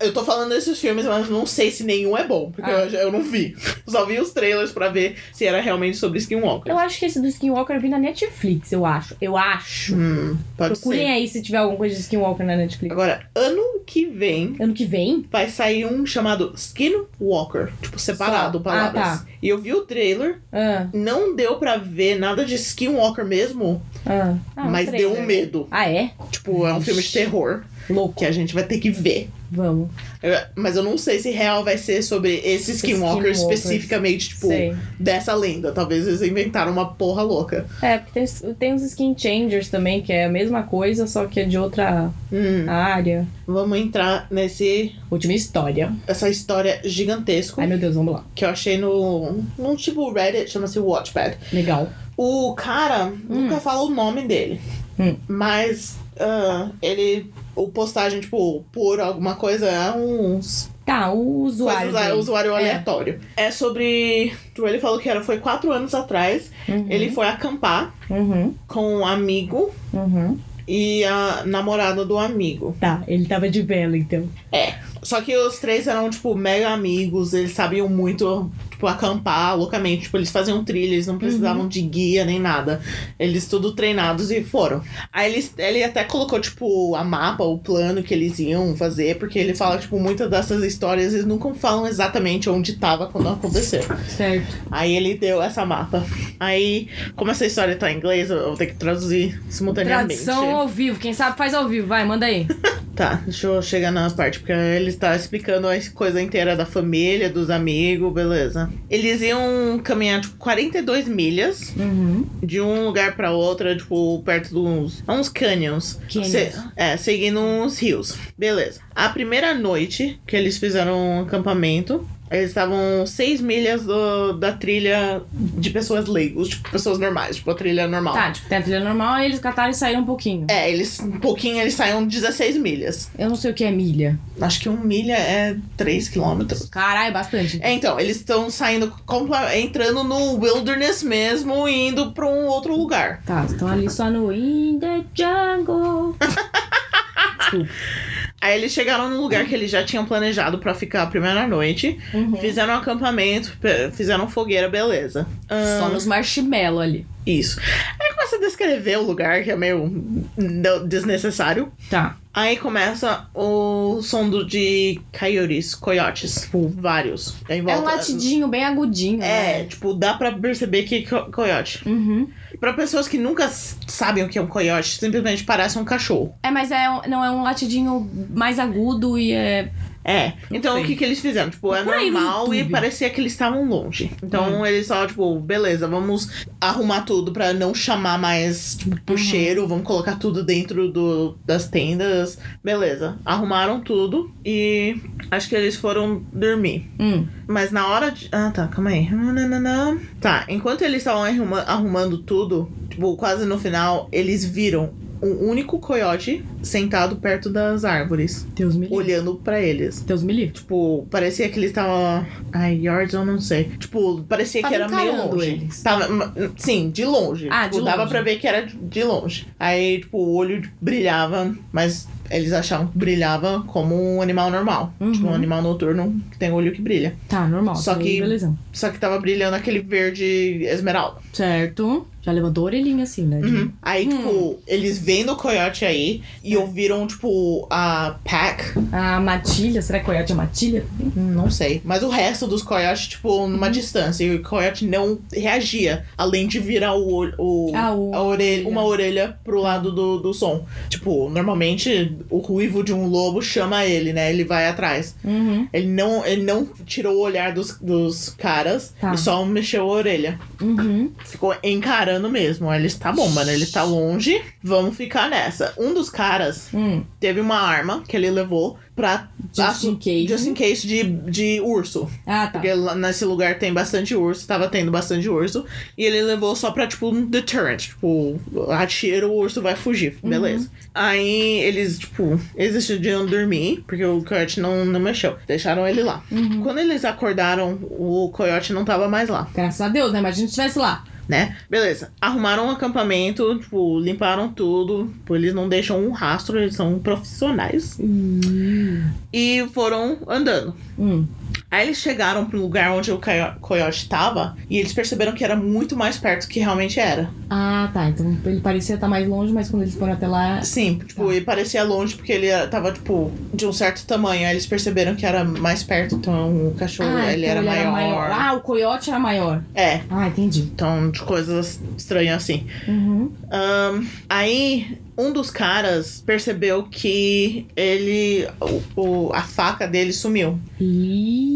Eu tô falando desses filmes, mas não sei se nenhum é bom, porque
Ah.
eu, eu não vi. Só vi os trailers pra ver se era realmente sobre Skinwalker.
Eu acho que esse do Skinwalker eu vi na Netflix, eu acho. Eu acho.
Hum, pode
Procurem
ser.
aí se tiver alguma coisa de Skinwalker na Netflix.
Agora, ano que vem
Ano que vem?
vai sair um chamado Skinwalker, tipo separado
Só.
palavras.
Ah,
E eu vi o trailer,
Ah,
não deu pra ver nada de Skinwalker mesmo,
ah. Ah,
mas
trailer.
deu um medo.
Ah, é?
Tipo, é um filme de terror
Louco.
que a gente vai ter que ver.
Vamos.
Eu- Mas eu não sei se real vai ser sobre esse Skinwalker,
Skinwalker.
especificamente, tipo,
Sei.
dessa lenda. Talvez eles inventaram uma porra louca.
É, porque tem, tem uns skin changers também, que é a mesma coisa, só que é de outra
Hum.
área.
Vamos entrar nesse
Última história.
essa história gigantesca
Ai, meu Deus, vamos lá.
que eu achei no num tipo Reddit, chama-se Watchpad.
Legal.
O cara nunca fala o nome dele,
Hum.
mas ah, ele o postagem tipo por alguma coisa é um
Tá, o usuário.
usuário,
dele.
usuário
É.
aleatório. É sobre tipo, ele falou que era foi quatro anos atrás.
Uhum,
Ele foi acampar
Uhum,
com um amigo
uhum.
e a namorada do amigo.
Tá, ele tava de vela, então.
Só que os três eram, tipo, mega amigos, eles sabiam muito, tipo, acampar loucamente. Tipo, eles faziam trilha, eles não precisavam de guia nem nada. Eles tudo treinados e foram. Aí eles, ele até colocou, tipo, a mapa, o plano que eles iam fazer, porque ele fala, tipo, muitas dessas histórias, eles nunca falam exatamente onde tava quando aconteceu.
Certo.
Aí ele deu essa mapa. Aí, como essa história tá em inglês, eu vou ter que traduzir simultaneamente.
Tradução ao vivo, quem sabe faz ao vivo, vai, manda aí.
Tá, deixa eu chegar na parte, porque ele tá explicando a coisa inteira da família, dos amigos, beleza. Eles iam caminhar, tipo, 42 milhas
Uhum.
de um lugar pra outro, tipo, perto de uns. é uns canyons.
Canyons.
Se- é, seguindo uns rios. Beleza. A primeira noite que eles fizeram um acampamento, eles estavam seis milhas do- da trilha de pessoas leigos, tipo, pessoas normais, tipo, a trilha normal.
Tá, tipo, tem a trilha normal, aí eles cataram e saíram um pouquinho.
É, eles, um pouquinho, eles saíram 16 milhas.
Eu não sei o que é milha.
Acho que um milha é 3 quilômetros.
Caralho, bastante.
É, então, eles estão saindo, compla- entrando no wilderness mesmo e indo pra um outro lugar.
Tá, estão ali só no In the Jungle. Desculpa.
Aí eles chegaram num lugar que eles já tinham planejado pra ficar a primeira noite.
Uhum.
Fizeram um acampamento, pe- fizeram fogueira, beleza. Ahn,
Só nos marshmallow ali.
Isso. Aí começa a descrever o lugar, que é meio não- desnecessário.
Tá.
Aí começa o som do- de coyotes, coiotes, tipo, vários. Em
É
volta.
um latidinho bem agudinho.
É,
Né?
tipo, dá pra perceber que é co- coiote.
Uhum.
Pra pessoas que nunca s- sabem o que é um coiote, simplesmente parece um cachorro.
É, mas é, um- não é um latidinho mais agudo e é.
É.
Não
Então,
sei.
o que que eles fizeram? Tipo, é
Procura aí no
normal e
YouTube. É.
parecia que eles estavam longe. Então, eles só, tipo, beleza, vamos arrumar tudo pra não chamar mais, tipo, por
Uhum.
cheiro. Vamos colocar tudo dentro do, das tendas. Beleza. Arrumaram tudo e acho que eles foram dormir.
Hum.
Mas na hora de. Ah, tá, calma aí. Nananana. Tá, enquanto eles estavam arruma- arrumando tudo, tipo, quase no final, eles viram um único coiote sentado perto das árvores,
Deus me
olhando pra eles.
Deus me livre.
Tipo, parecia que ele estava. Ai, yards eu não sei. Tipo, parecia
Tava
que era meio
encarando
longe.
eles.
Tava, sim, de longe.
Ah,
tipo,
de
dava
longe.
pra ver que era de longe. Aí, tipo, o olho brilhava, mas eles achavam que brilhava como um animal normal.
Uhum.
Tipo, um animal noturno que tem olho que brilha.
Tá, normal.
Só
Só
que-
que. Beleza.
Só que tava brilhando aquele verde esmeralda.
Certo. Já levantou a orelhinha assim, né?
Uhum.
de-
Aí, tipo, eles vendo o coiote aí e ouviram, tipo, a pack.
A Ah, matilha, será que coiote é matilha?
Não sei. Mas o resto dos coiotes, tipo, numa distância. E o coiote não reagia. Além de virar o, olho- o,
Ah, o-
a orelha, uma orelha pro lado do, do som. Tipo, normalmente o ruivo de um lobo chama ele, né? Ele vai atrás.
Uhum.
Ele não, ele não tirou o olhar dos, dos caras
Tá.
e só mexeu a orelha.
Uhum.
ficou encarando mesmo. Aí Eles tá bom, mano, ele tá longe, vamos ficar nessa. Um dos caras
Hum.
teve uma arma que ele levou pra.
Just in case.
Just in case de, de urso.
Ah, tá.
Porque lá nesse lugar tem bastante urso, tava tendo bastante urso. E ele levou só pra, tipo, um deterrent. Tipo, atira, o urso vai fugir.
Uhum.
Beleza. Aí eles, tipo, eles decidiram dormir, porque o Kurt não, não mexeu. Deixaram ele lá.
Uhum.
Quando eles acordaram, o coiote não tava mais lá
Graças a Deus, né? Imagina se estivesse lá.
né? Beleza. Arrumaram um acampamento, tipo, limparam tudo. Tipo, eles não deixam um rastro, eles são profissionais. E foram andando.
Hum.
Aí eles chegaram pro lugar onde o coio- coiote tava e eles perceberam que era muito mais perto do que realmente era.
Ah, tá. Então ele parecia estar mais longe, mas quando eles foram até lá.
Sim, tipo, e parecia longe porque ele era- tava, tipo, de um certo tamanho. Aí eles perceberam que era mais perto, então o cachorro,
ah,
ele
então
era, maior.
Ah, o coiote era maior.
É,
Ah, entendi.
então de coisas estranhas assim.
Uhum.
Ahn, aí, um dos caras percebeu que ele. O, o- a faca dele sumiu.
E.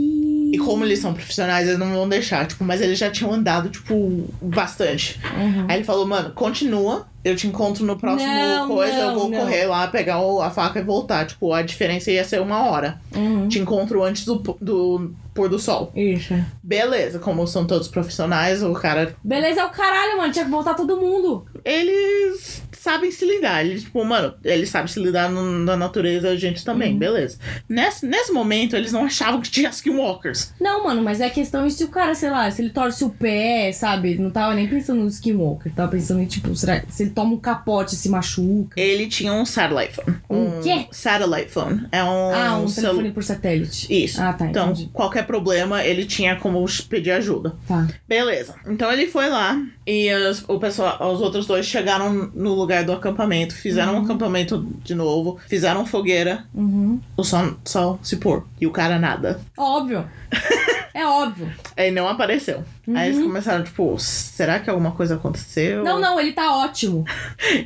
E como eles são profissionais, eles não vão deixar, tipo, mas eles já tinham andado, tipo, bastante.
Uhum.
Aí ele falou, mano, continua, eu te encontro no próximo
Não,
coisa, eu
não,
vou
não.
correr lá, pegar o- a faca e voltar. Tipo, a diferença ia ser uma hora.
Uhum.
Te encontro antes do, p- do pôr do sol.
Isso.
Beleza, como são todos profissionais, o cara
Beleza é o caralho, mano. Tinha que voltar todo mundo.
eles sabem se lidar. Eles, tipo, mano, eles sabem se lidar no- na natureza, a gente também,
Uhum.
beleza. Nesse, nesse momento, eles não achavam que tinha skinwalkers.
Não, mano, mas é questão de se o cara, sei lá, se ele torce o pé, sabe? Não tava nem pensando no Skinwalker. Tava pensando em, tipo, será se ele toma um capote e se machuca.
Ele tinha um satellite phone.
Um quê?
Satellite phone. É um,
ah, um
celu-
telefone por satélite.
Isso.
Ah, tá.
Então,
entendi.
qualquer problema, ele tinha como pedir ajuda.
Tá.
Beleza. Então ele foi lá e as- o pessoal, os outros dois chegaram no lugar do acampamento, fizeram um acampamento de novo, fizeram fogueira,
Uhum.
o sol, sol se pôr e o cara nada.
Óbvio. é óbvio.
Aí não apareceu. Aí eles
Uhum.
começaram, tipo, será que alguma coisa aconteceu?
Não, não, ele tá ótimo.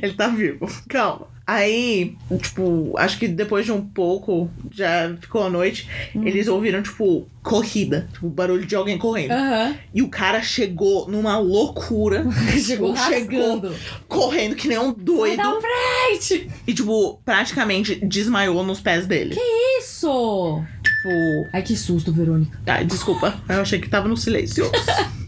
Ele tá vivo. Calma. Aí, tipo, acho que depois de um pouco, já ficou a noite,
Hum.
eles ouviram, tipo, corrida. Tipo, barulho de alguém correndo.
Aham.
E o cara chegou numa loucura.
Chegou
tipo, chegou
rasgando.
correndo que nem um
Vai
doido.
dar um frente!
E, tipo, praticamente desmaiou nos pés dele.
Isso!
Tipo,
Ai, que susto, Verônica.
Ai, desculpa, eu achei que tava no silêncio.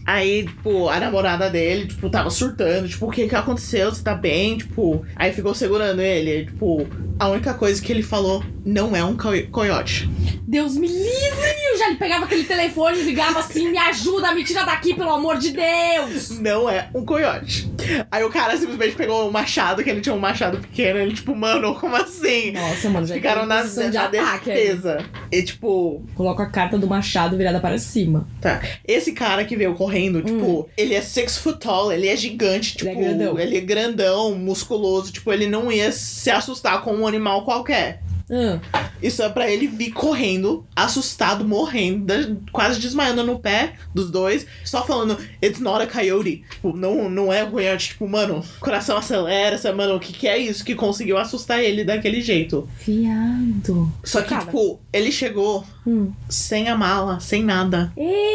Aí, tipo, a namorada dele, tipo, tava surtando, tipo, o que que aconteceu? Você tá bem? Tipo, aí ficou segurando ele, tipo, a única coisa que ele falou não é um coi- coiote.
Deus me livre! Eu já pegava aquele telefone e ligava assim, me ajuda, me tira daqui, pelo amor de Deus!
Não é um coiote. Aí o cara simplesmente pegou o machado, que ele tinha um machado pequeno, ele, tipo, mano, como assim?
Nossa, mano, já
Ficaram
tem
na,
é posição de
na
ataque. né? aí.
defesa. E, tipo,
Coloco a carta do machado virada para cima.
Tá. Esse cara que veio correndo, tipo, ele é six foot tall, ele é gigante, tipo,
Hum. Ele é grandão.
ele é grandão, musculoso, tipo, ele não ia se assustar com um animal qualquer.
Hã?
Isso é pra ele vir correndo, assustado, morrendo, da- quase desmaiando no pé dos dois, só falando, it's not a coyote. Tipo, não, não é coyote. Tipo, mano, coração acelera, sabe, mano, o que, que é isso que conseguiu assustar ele daquele jeito?
Fiado.
Só que,
Cara.
tipo, ele chegou
Hum.
sem a mala, sem nada.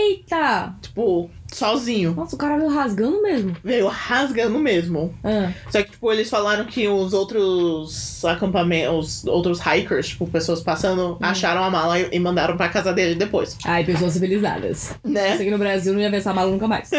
Eita!
Tipo, sozinho.
Nossa, o cara veio rasgando mesmo. Ah.
Veio rasgando mesmo.
Hã?
Só que, tipo, eles falaram que os outros acampamentos, os outros hikers, tipo, pessoas
Hum.
passando, acharam a mala e e mandaram pra casa dele depois,
Ai, pessoas civilizadas.
né?
Isso aqui no Brasil não ia ver essa mala nunca mais.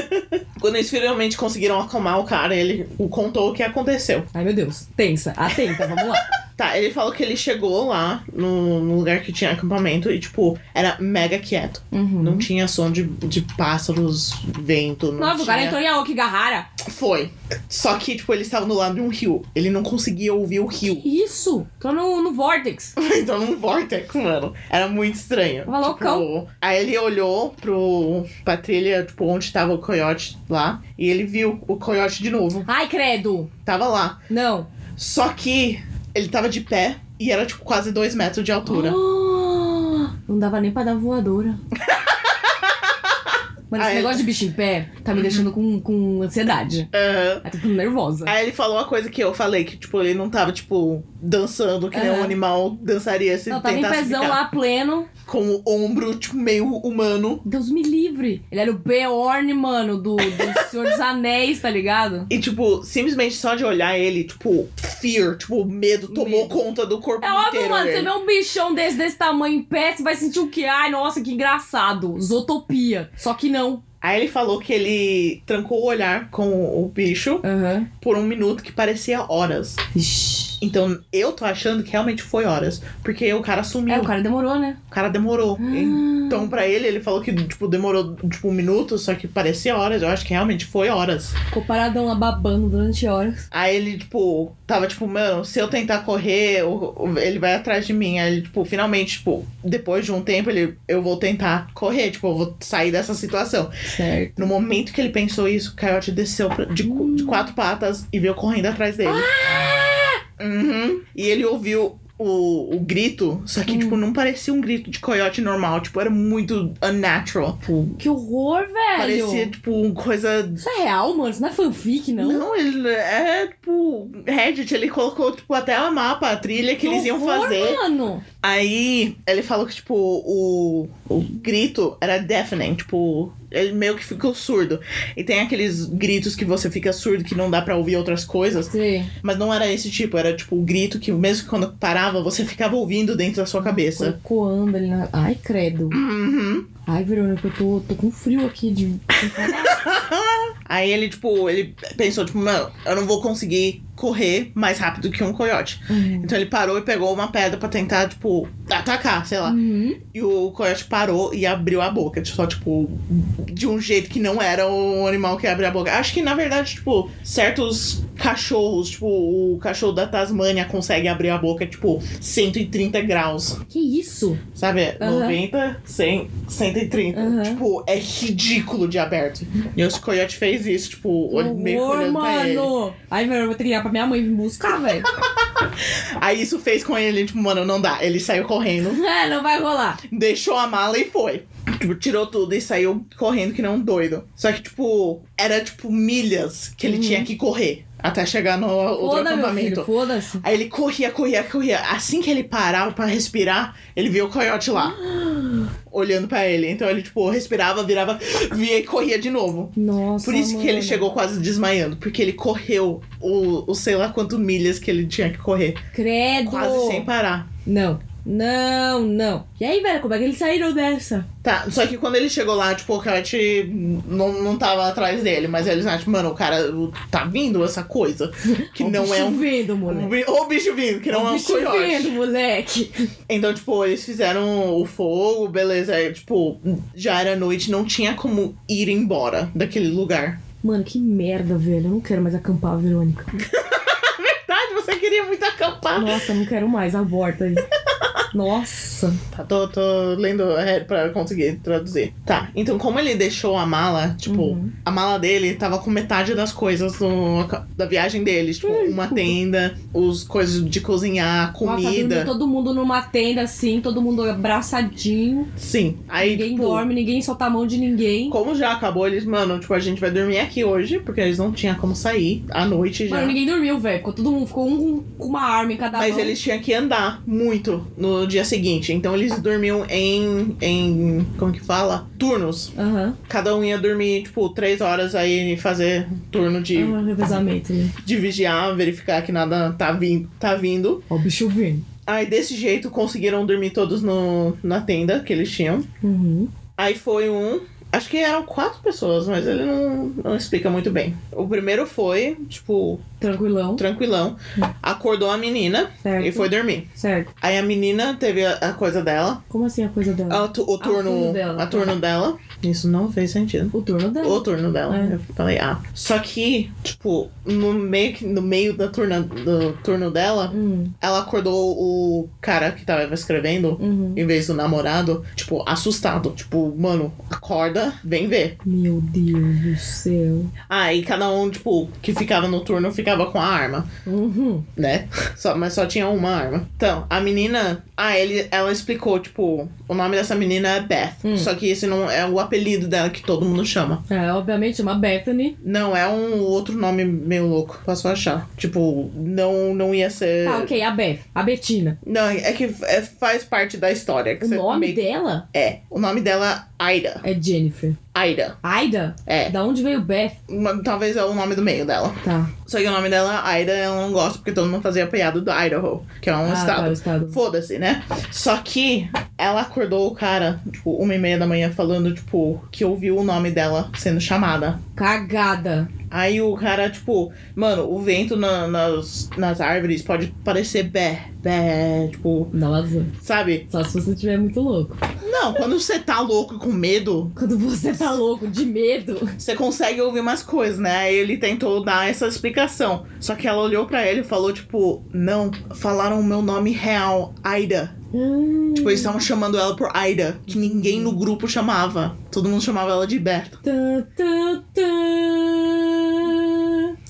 Quando eles finalmente conseguiram acalmar o cara, ele o contou o que aconteceu.
Ai, meu Deus. Tensa, atenta, vamos lá.
Tá, ele falou que ele chegou lá, no, no lugar que tinha acampamento, e, tipo, era mega quieto.
Uhum.
Não tinha som de, de pássaros, vento, não
Nossa, o cara
tinha-
entrou em Aokigahara.
Foi. Só que, tipo, ele estava do lado de um rio. Ele não conseguia ouvir o rio.
Isso! Tô no, no Vortex.
Então num vortex, mano. Era muito estranho.
Tava loucão.
Tipo, aí ele olhou pro pra trilha, tipo, onde tava o coiote lá. E ele viu o coiote de novo.
Ai, credo!
Tava lá.
Não.
Só que ele tava de pé e era, tipo, quase dois metros de altura.
Ah, não dava nem pra dar voadora. Mano, esse
Ai.
negócio de bicho em pé tá me deixando com, com ansiedade.
Aham.
Tá ficando nervosa.
Aí ele falou a coisa que eu falei, que, tipo, ele não tava, tipo, dançando, que nem
Aham.
um animal dançaria se
Não, tava em
tentasse
pezão
ficar.
lá, pleno.
Com o ombro, tipo, meio humano.
Deus me livre. Ele era o Beorn, mano, do, do Senhor dos Anéis, tá ligado?
E, tipo, simplesmente só de olhar ele, tipo, fear, tipo, medo tomou
Medo.
conta do corpo
É
inteiro.
óbvio, mano, você
dele.
vê um bichão desse, desse tamanho em pé, você vai sentir o quê? Ai, nossa, que engraçado. Zootopia. Só que não.
Aí ele falou que ele trancou o olhar com o bicho
Aham.
por um minuto que parecia horas.
Ixi.
Então eu tô achando que realmente foi horas, porque o cara sumiu,
É, o cara Ah. demorou, né?
o cara demorou. Então pra ele, ele falou que tipo demorou tipo um minuto, só que parecia horas. Eu acho que realmente foi horas.
Ficou paradão lá babando durante horas.
Aí ele tipo tava tipo, mano, se eu tentar correr, o- o- ele vai atrás de mim. Aí ele tipo, finalmente, tipo, depois de um tempo, ele eu vou tentar correr, tipo, eu vou sair dessa situação.
Certo.
No momento que ele pensou isso, o coiote desceu pra- de, cu- de quatro patas e veio correndo atrás dele.
Ah!
Uhum. E ele ouviu o, o grito, só
Hum.
que, tipo, não parecia um grito de coiote normal. Tipo, era muito unnatural. Tipo,
Que horror, velho.
parecia, tipo, uma coisa.
Isso é real, mano. Isso não é fanfic, não.
ele é, tipo, Reddit. Ele colocou, tipo, até a mapa, a trilha que, eles iam
horror,
fazer.
mano.
Aí ele falou que, tipo, o, o grito era deafening, tipo, ele meio que ficou surdo. E tem aqueles gritos que você fica surdo que não dá pra ouvir outras coisas.
Sim.
Mas não era esse tipo, era tipo o grito que mesmo que quando parava, você ficava ouvindo dentro da sua cabeça.
Coando ali na... Ai, credo.
Uhum.
Ai, Verônica, eu tô, tô com frio aqui de...
Aí ele, tipo, ele pensou, tipo, mano, eu não vou conseguir correr mais rápido que um coiote.
Uhum.
Então ele parou e pegou uma pedra pra tentar, tipo, atacar, sei lá.
Uhum.
E o coiote parou e abriu a boca. Só, tipo, de um jeito que não era o animal que abre a boca. Acho que, na verdade, tipo, certos cachorros, tipo, o cachorro da Tasmânia consegue abrir a boca, tipo, 130 graus.
Que isso?
Sabe?
Aham.
90, 100, 130.
Aham.
Tipo, é ridículo de aberto. E o coiote fez isso, tipo,
Que
olh- meio que
horror,
olhando pra ele.
mano. Ai, Verônica, eu vou ter que ligar pra minha mãe me buscar, velho.
Aí isso fez com ele, tipo, mano, não dá. Ele saiu correndo.
é, não vai rolar.
deixou a mala e foi. Tipo, tirou tudo e saiu correndo que não um doido. Só que, tipo, era tipo milhas que ele tinha que correr. Até chegar no outro
Uhum. Foda, meu
acampamento.
filho, foda-se.
Aí ele corria, corria, corria. Assim que ele parava pra respirar, ele via o coiote lá. olhando pra ele. Então ele, tipo, respirava, virava, via e corria de novo.
Nossa,
Por isso que ele
mano.
chegou quase desmaiando. Porque ele correu o, o sei lá quanto milhas que ele tinha que correr.
Credo.
Quase sem parar.
Não, não, não. E aí, velho, como é que eles saíram dessa?
Tá, só que quando ele chegou lá, tipo, o coiote não, não tava atrás dele. Mas eles acham, mano, o cara tá vindo essa coisa. Que
Ó o
não
bicho
é um...
vindo, moleque.
Ou o bicho vindo, que não
Ó o
é um
bicho
coiote.
vindo, moleque.
Então, tipo, eles fizeram o fogo, beleza. Aí, tipo, já era noite, não tinha como ir embora daquele lugar.
Mano, que merda, velho. Eu não quero mais acampar, Verônica.
Verdade, você queria muito acampar.
Nossa, não quero mais. Aborta aí. Nossa.
Tá, tô, tô lendo é, pra conseguir traduzir. Tá, então como ele deixou a mala, tipo,
Uhum.
a mala dele tava com metade das coisas do- da viagem deles. Tipo, uma tenda, os coisas de cozinhar,
Nossa, dormiu
comida.
todo mundo numa tenda assim, todo mundo abraçadinho.
Sim. Aí,
ninguém
tipo,
dorme, ninguém solta a mão de ninguém.
Como já acabou, eles, mano, tipo, a gente vai dormir aqui hoje, porque eles não tinham como sair à noite já.
Mano, ninguém dormiu, velho. Ficou todo mundo, ficou um com uma arma em cada
Mas
mão.
eles tinham que andar muito no dia seguinte. Então eles dormiam em. em. como que fala? Turnos.
Aham.
Cada um ia dormir, tipo, três horas aí e fazer turno de,
É um revezamento. né?
de vigiar, verificar que nada tá vindo. Tá vindo.
Ó, o bicho vindo.
Aí desse jeito conseguiram dormir todos no, na tenda que eles tinham.
Uhum.
Aí foi um. Acho que eram quatro pessoas, mas ele não, não explica muito bem. O primeiro foi, tipo,
Tranquilão.
tranquilão. Acordou a menina
Certo.
e foi dormir.
Certo.
Aí a menina teve a- a coisa dela.
Como assim a coisa dela?
Ah, o tu- o turno,
turno dela.
a turno dela. Isso não fez sentido.
O turno dela.
Ah. O turno dela.
É.
Eu falei, ah. Só que, tipo, no meio, que- no meio da turna, do turno dela,
Hum,
ela acordou o cara que tava escrevendo,
uhum.
em vez do namorado, tipo, assustado. Tipo, mano, acorda, vem ver.
Meu Deus do céu.
Aí cada um, tipo, que ficava no turno ficava com a arma.
Uhum.
né? Só, mas só tinha uma arma. Então, a menina. Ah, ele, ela explicou, tipo, o nome dessa menina é Beth.
Hum.
Só que esse não é o apelido dela que todo mundo chama.
É, obviamente, uma Bethany.
Não, é um outro nome meio louco. Posso achar. Tipo, não, não ia ser.
Tá, ok, a Beth. A Betina.
Não, é que é, faz parte da história. Que
O
você
nome
meio-
dela
É. O nome dela é Aida.
é Jennifer.
Aida.
Aida?
É.
Da onde veio Beth?
Uma- talvez é o nome do meio dela.
Tá.
Só que o nome dela, Aida, eu não gosto porque todo mundo fazia piada do Idaho, que é um
Ah,
estado.
tá, o estado.
Foda-se, né? Só que ela acordou o cara, tipo, uma e meia da manhã, falando, tipo, que ouviu o nome dela sendo chamada.
Cagada.
Aí o cara, tipo, mano, o vento na- nas, nas árvores pode parecer bé, bé, tipo,
Nossa.
sabe?
Só se você estiver muito louco.
Não, quando você tá louco e com medo,
Quando você tá louco, de medo.
você consegue ouvir umas coisas, né? Aí ele tentou dar essa explicação. Só que ela olhou pra ele e falou, tipo, não, falaram o meu nome real, Aida. Tipo, eles estavam chamando ela por Aida, que ninguém no grupo chamava. Todo mundo chamava ela de Beth.
Tã, tã, tã.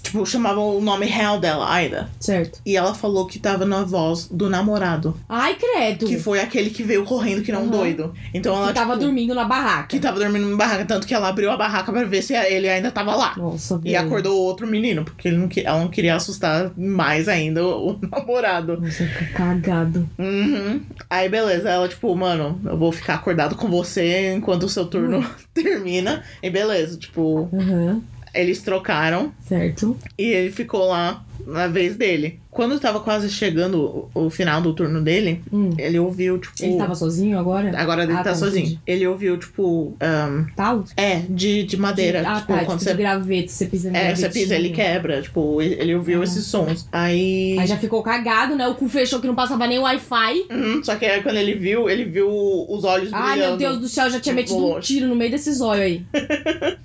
Tipo, chamavam o nome real dela, Aida.
Certo.
E ela falou que tava na voz do namorado,
Ai, credo.
que foi aquele que veio correndo que não um
Aham.
doido. Então ela
Que tava
tipo,
dormindo na barraca.
que tava dormindo numa barraca, tanto que ela abriu a barraca pra ver se ele ainda tava lá.
Nossa,
E acordou o outro menino, porque ele não, que- ela não queria assustar mais ainda o, o namorado.
Nossa, que cagado.
Uhum. Aí, beleza, ela, tipo, mano, eu vou ficar acordado com você enquanto o seu turno
Uhum.
termina. E beleza, tipo,
Aham,
Eles trocaram
certo.
e ele ficou lá na vez dele. Quando tava quase chegando o, o final do turno dele,
Hum.
ele ouviu, tipo.
Ele tava sozinho agora?
Agora ele
Ah,
tá,
tá,
sozinho.
entendi.
Ele ouviu, tipo. ahn,
Tal?
é, de, de madeira.
Ah,
tipo,
tá,
quando
tipo de
você.
graveto, você pisa no
É, você
gravetinho.
pisa, ele quebra. Tipo, ele ele ouviu
né? Ah.
esses sons. Aí.
Aí já ficou cagado, né? O cu fechou que não passava nem o Wi-Fi.
Uhum, só que aí quando ele viu, ele viu os olhos
Ai,
Tá brilhando. Tá
meu Deus do céu, já tinha metido um
Bolou.
tiro no meio desse zóio aí.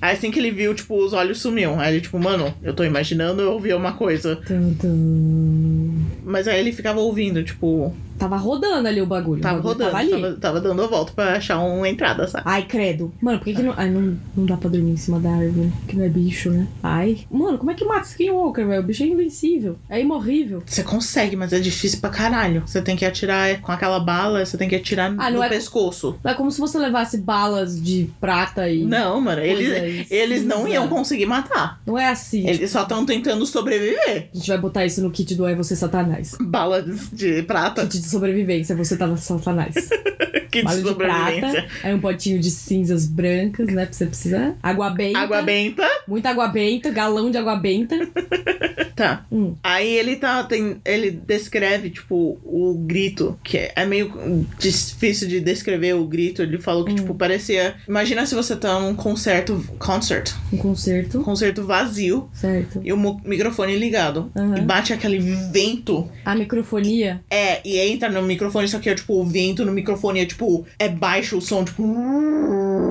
Aí assim que ele viu, tipo, os olhos sumiam. Aí ele, tipo, mano, eu tô imaginando, eu ouvi uma coisa.
Tum, tum.
Mas aí ele ficava ouvindo, tipo,
Tava rodando ali o bagulho.
Tava
o bagulho
rodando,
Tava ali.
tava, tava dando a volta pra achar uma entrada, sabe?
Ai, credo. Mano, por que, que não. Ai, não, não dá pra dormir em cima da árvore, né? Que não é bicho, né? Ai. Mano, como é que mata Skinwalker, velho? O bicho é invencível. É imorrível.
Você consegue, mas é difícil pra caralho. Você tem que atirar com aquela bala, você tem que atirar
Ah, não
no
é-
pescoço.
Não é como se você levasse balas de prata e.
Não, mano, eles,
coisas
eles não
cinza.
iam conseguir matar.
Não é assim.
Eles só estão tentando sobreviver.
A gente vai botar isso no kit do É Você Satanás.
Bala de prata,
Kit de sobrevivência, você tá Satanás.
que Tá. de
Bala de
sobrevivência.
prata, aí um potinho de cinzas brancas, né? Pra você precisar. Água benta.
Água benta.
Muita água benta, galão de água benta.
Tá.
Hum.
Aí ele tá. Tem, ele descreve, tipo, o grito, que é, é meio difícil de descrever o grito. Ele falou que, tipo, parecia. Imagina se você tá num concerto. Concert.
Um
Um
concerto,
concerto vazio
certo.
e o mo- microfone ligado.
Aham.
E bate aquele vento.
A microfonia.
É, e entra no microfone, só que é tipo o vento no microfone, é tipo, é baixo o som, tipo.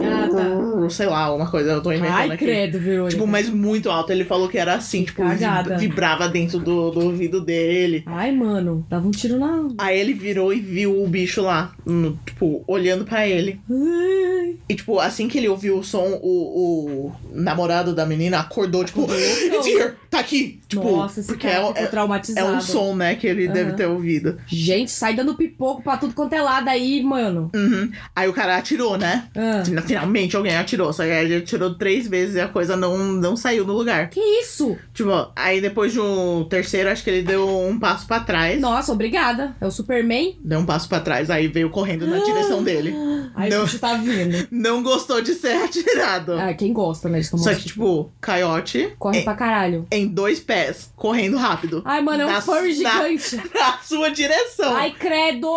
Ah,
tá.
Sei lá, uma coisa, eu tô inventando
Ai,
aqui.
credo, viu?
Tipo, mas muito alto. Ele falou que era assim, tipo, vi-
cagada.
vibrava dentro do, do ouvido dele.
Ai, mano, dava um tiro na.
Aí ele virou e viu o bicho lá, no- tipo, olhando pra ele.
Ai,
E, tipo, assim que ele ouviu o som, o, o namorado da menina acordou, tipo, It's here! Tá aqui! Tipo,
Nossa, esse
porque
cara
é, um-
ficou
é- é
traumatizado.
um som, né, que ele deve
Aham.
ter ouvido.
Gente, sai dando pipoco pra tudo quanto é lado aí, mano.
Uhum. Aí o cara atirou, né?
Ah.
Fina- Finalmente alguém atirou, só que aí ele atirou três vezes e a coisa não, não saiu do lugar.
Que isso?
Tipo, aí depois de um terceiro, acho que ele deu um passo pra trás.
Nossa, obrigada. É o Superman.
Deu um passo pra trás, aí veio correndo na direção dele.
Ai,
Não.
o bicho tá vindo.
Não gostou de ser atirado.
Ah, quem gosta, né? De tomar
Só
um
que,
tiro.
tipo, é coiote
Corre
em,
pra caralho.
em dois pés, correndo rápido.
Ai, mano, é um
Na-
furry
na-
gigante.
Na sua direção.
Ai, credo!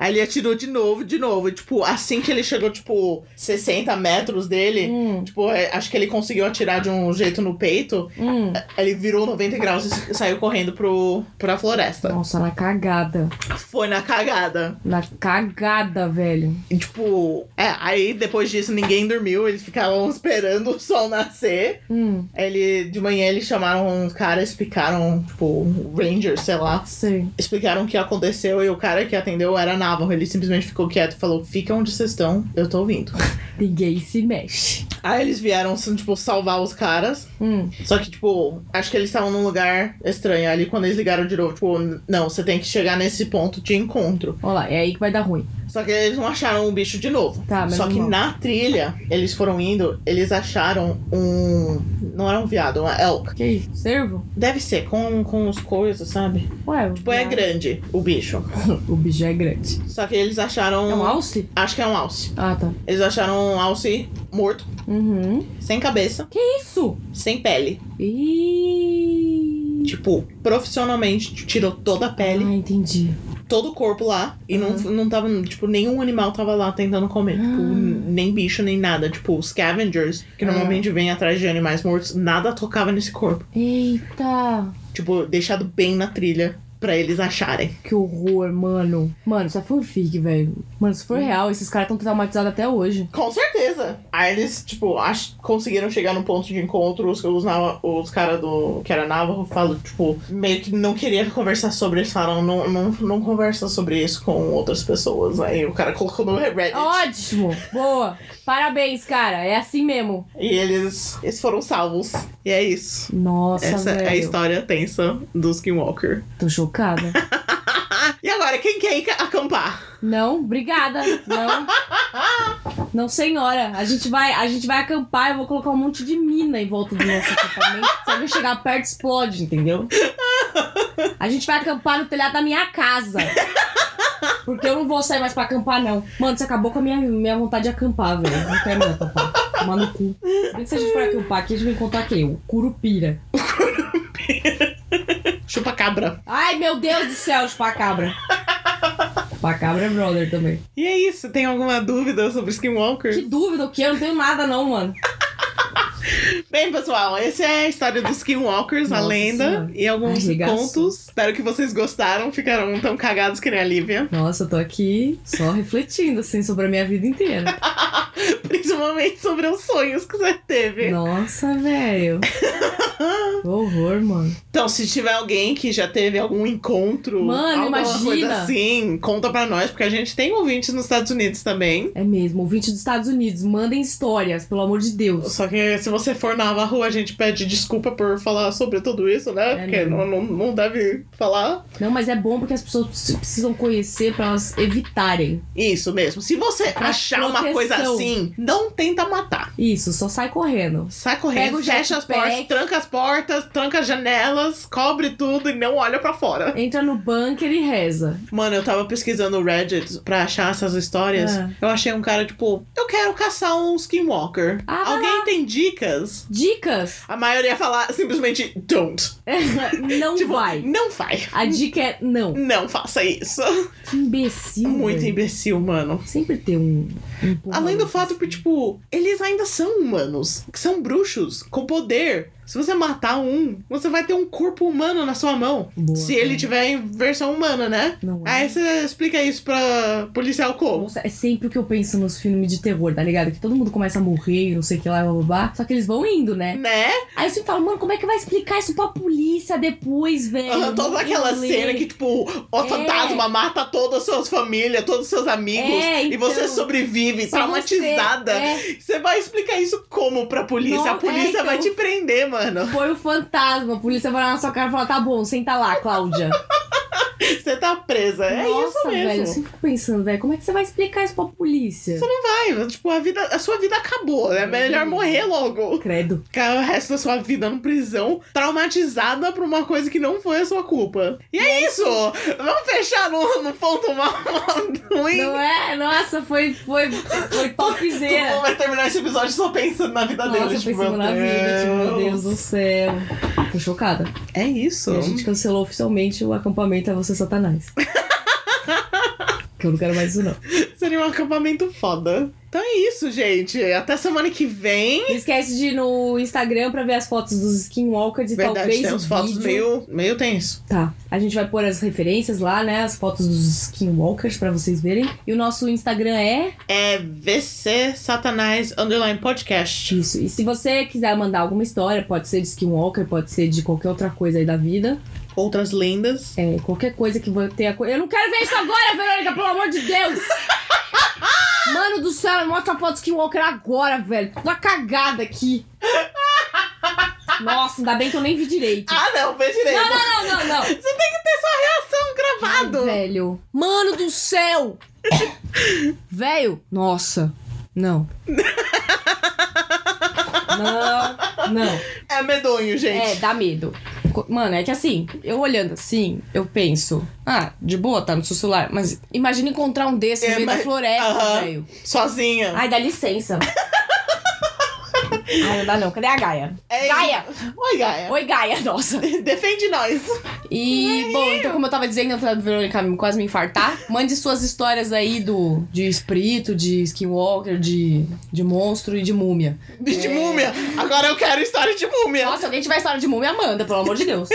Aí ele atirou de novo, de novo. E, tipo, assim que ele chegou, tipo, 60 metros dele,
Hum,
tipo, é, acho que ele conseguiu atirar de um jeito no peito.
hum.
Ele virou 90 graus e s- saiu correndo pro, pra floresta.
Nossa, na cagada.
Foi na cagada.
Na cagada, velho.
E, tipo, é, aí depois disso ninguém dormiu, eles ficavam esperando o sol nascer.
Hum,
Ele, de manhã eles chamaram um cara, explicaram, tipo, Ranger, sei lá.
sei.
Explicaram o que aconteceu e o cara que atendeu era Navarro. Ele simplesmente ficou quieto e falou: Fica onde vocês estão, eu tô ouvindo.
Ninguém se mexe.
Aí eles vieram, assim, tipo, salvar os caras.
Hum.
Só que, tipo, acho que eles estavam num lugar estranho. Ali quando eles ligaram de novo, tipo, não, você tem que chegar nesse ponto de encontro.
Olha lá, é aí que vai dar ruim.
Só que eles não acharam o bicho de novo.
Tá, mas
Só que
não.
na trilha, eles foram indo, eles acharam um. Não era um viado, uma elk.
Que isso? Servo?
Deve ser, com, com os coisas, sabe?
Ué,
Tipo, é grande o bicho.
o bicho é grande.
Só que eles acharam.
É um alce?
Acho que é um alce.
Ah, tá.
Eles acharam um alce morto,
Uhum.
sem cabeça,
Isso!
sem pele.
Ih.
Tipo, profissionalmente, t- tirou toda a pele,
Ah, entendi.
todo o corpo lá. E não, não tava. Tipo, nenhum animal tava lá tentando comer. Tipo,
Ah.
n- nem bicho, nem nada. Tipo, os scavengers, que
Ah.
normalmente vêm atrás de animais mortos, nada tocava nesse corpo.
Eita!
Tipo, deixado bem na trilha pra eles acharem.
Que horror, mano. Mano, isso é fanfic, velho. Mano, se for
Hum.
real, esses caras estão traumatizados até hoje.
Com certeza. Aí eles, tipo, ach- conseguiram chegar no ponto de encontro. Os, os, nava- os caras do. que era Navajo falam, tipo, meio que não queria conversar sobre isso. Falaram, não, não, não conversa sobre isso com outras pessoas. Aí o cara colocou no Reddit.
Ótimo! Boa! Parabéns, cara. É assim mesmo.
E eles, eles foram salvos. E é isso.
Nossa,
Essa
velho.
é a história tensa do Skinwalker. Ah,
Tô chocada.
e agora, quem quer ir ca- acampar?
Não, obrigada. Não. Não, senhora. A gente vai, a gente vai acampar, eu vou colocar um monte de mina em volta do nosso acampamento. Se alguém chegar perto, explode, entendeu? A gente vai acampar no telhado da minha casa. Porque eu não vou sair mais pra acampar, não. Mano, você acabou com a minha, minha vontade de acampar, velho. Não quero mais acampar. Tomar no cu. Se bem que se a gente for acampar aqui, a gente vai encontrar quem? O Curupira.
Chupa cabra.
Ai, meu Deus do céu, chupacabra. Chupacabra é brother também.
E é isso. Tem alguma dúvida sobre Skinwalker?
Que dúvida, o que? Eu não tenho nada, não, mano.
Bem, pessoal, essa é a história dos Skinwalkers, a
Nossa
lenda
Senhora.
e alguns
Arregaçou.
contos. Espero que vocês gostaram, ficaram tão cagados que nem a Lívia.
Nossa, eu tô aqui só refletindo, assim, sobre a minha vida inteira.
Principalmente sobre os sonhos que você teve.
Nossa, velho. Horror, mano.
Então, se tiver alguém que já teve algum encontro,
Mano,
alguma coisa
imagina.
assim, conta pra nós, porque a gente tem ouvintes nos Estados Unidos também.
É mesmo, ouvinte dos Estados Unidos, mandem histórias, pelo amor de Deus.
Só que se você for na rua, a gente pede desculpa por falar sobre tudo isso, né?
É
porque
mesmo.
não, não, não deve falar.
Não, mas é bom porque as pessoas precis- precisam conhecer pra elas evitarem.
Isso mesmo. Se você
Pra
achar uma
proteção.
coisa assim, não tenta matar.
Isso, só sai correndo.
Sai
Pega
correndo,
o
fecha as
jetpack.
portas, tranca as portas, tranca as janelas, cobre tudo e não olha pra fora.
Entra no bunker e reza.
Mano, eu tava pesquisando o Reddit pra achar essas histórias.
Ah.
Eu achei um cara, tipo, eu quero caçar um skinwalker.
Ah, vai
Alguém
lá.
tem dicas?
Dicas?
A maioria fala simplesmente don't.
Não
tipo,
vai.
não vai.
A dica é não.
Não faça isso.
Que imbecil.
Muito
velho.
imbecil, mano.
Sempre tem um. um porra
Além do
desse.
fato que, tipo, eles ainda são humanos. que São bruxos, com poder. Se você matar um, você vai ter um corpo humano na sua mão.
Boa,
se
cara.
ele tiver em versão humana, né?
Não é.
Aí você explica isso pra policial como?
Nossa, é sempre o que eu penso nos filmes de terror, tá ligado? Que todo mundo começa a morrer, não sei o que lá, blá, blá, blá. Só que eles vão indo, né?
Né?
Aí eu sempre falo, mano, como é que vai explicar isso pra polícia depois, velho?
Aham,
Não
toda
tem
aquela
rolê.
cena que, tipo, o
É.
fantasma mata todas as suas famílias, todos os seus amigos,
É,
e
então. é,
você sobrevive
Só
traumatizada.
Você,
Você vai explicar isso como pra polícia?
Não,
a polícia
é, então.
vai te prender, mano.
é, foi o fantasma. A polícia vai lá na sua cara e fala, tá bom, senta lá, Cláudia.
Você tá presa. é
Nossa,
isso mesmo.
velho, eu sempre fico pensando, velho, como é que você vai explicar isso pra polícia?
Vai, tipo, a, vida, a sua vida acabou. É
Uhum.
melhor morrer logo.
Credo.
Ficar o resto da sua vida na prisão, traumatizada por uma coisa que não foi a sua culpa. E é isso! Vamos fechar no, no ponto mal ruim.
Não é? Nossa, foi, foi, foi
Todo mundo
topzera.
vai terminar esse episódio só pensando na vida
Nossa,
dele. Tipo,
pensando
meu
na vida, tipo, meu Deus do céu. Tô chocada.
É isso.
E a gente cancelou oficialmente o acampamento É Você Satanás. que eu não quero mais isso, não.
Seria um acampamento foda. Então é isso, gente. Até semana que vem.
Não esquece de ir no Instagram pra ver as fotos dos Skinwalkers e
Verdade,
talvez
tem
o
uns fotos
vídeo.
meio, meio tenso.
Tá, a gente vai pôr as referências lá, né? As fotos dos Skinwalkers pra vocês verem. E o nosso Instagram é
É VC Satanás Underline Podcast.
isso. E se você quiser mandar alguma história, pode ser de Skinwalker, pode ser de qualquer outra coisa aí da vida.
Outras lendas.
É, qualquer coisa que vai ter a coisa. Eu não quero ver isso agora, Verônica, pelo amor de Deus! Mano do céu, mostra a foto do Skinwalker agora, velho. Tô toda cagada aqui. Nossa, ainda bem que eu nem vi direito.
Ah, não, fez direito.
Não, não, não, não, não.
São
Tá
gravado.
Velho. Mano do céu! Velho. Nossa. Não. não. Não.
É medonho,
É,
gente.
dá medo. Co- Mano, é que assim, eu olhando assim, eu penso, ah, de boa, tá no seu celular, mas imagina encontrar um desse
É,
no meio
mas-
da floresta,
Aham.
velho.
Sozinha.
É. Ai, dá licença. Ai, não dá não. Cadê a Gaia?
É isso.
Gaia!
Oi, Gaia.
Oi, Gaia, nossa.
Defende nós.
E, bom, então, como eu tava dizendo, antes da Verônica me- quase me infartar, mande suas histórias aí do, de espírito, de skinwalker, de, de monstro e de múmia.
De múmia. Agora eu quero história de múmia.
É. Nossa, se alguém tiver história de múmia, manda, pelo amor de Deus.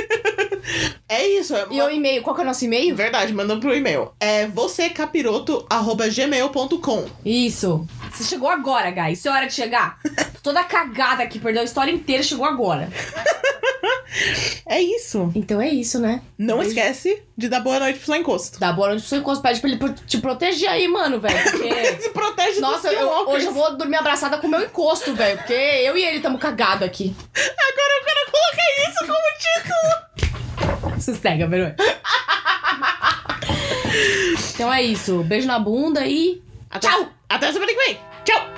É isso. É
E o e-mail, qual que é o nosso e-mail?
Verdade, manda pro e-mail. É vocêcapiroto.gmail.com.
Isso. Você chegou agora, Gai. Isso é hora de chegar. Tô toda cagada aqui, perdeu a história inteira, chegou agora.
É isso.
Então é isso, né?
Não
Beijo.
esquece de dar boa noite pro seu encosto.
Dá bola onde o seu encosto, pede pra ele pro- te proteger aí, mano, velho. Porque...
Se protege
Nossa,
dos
eu-
skinwalkers.
hoje eu vou dormir abraçada com o meu encosto, velho. Porque eu e ele estamos cagados aqui.
Agora eu quero colocar isso como título.
Sossega, Verônica. então é isso. Beijo na bunda e.
Até-
Tchau.
Até semana que vem. Tchau.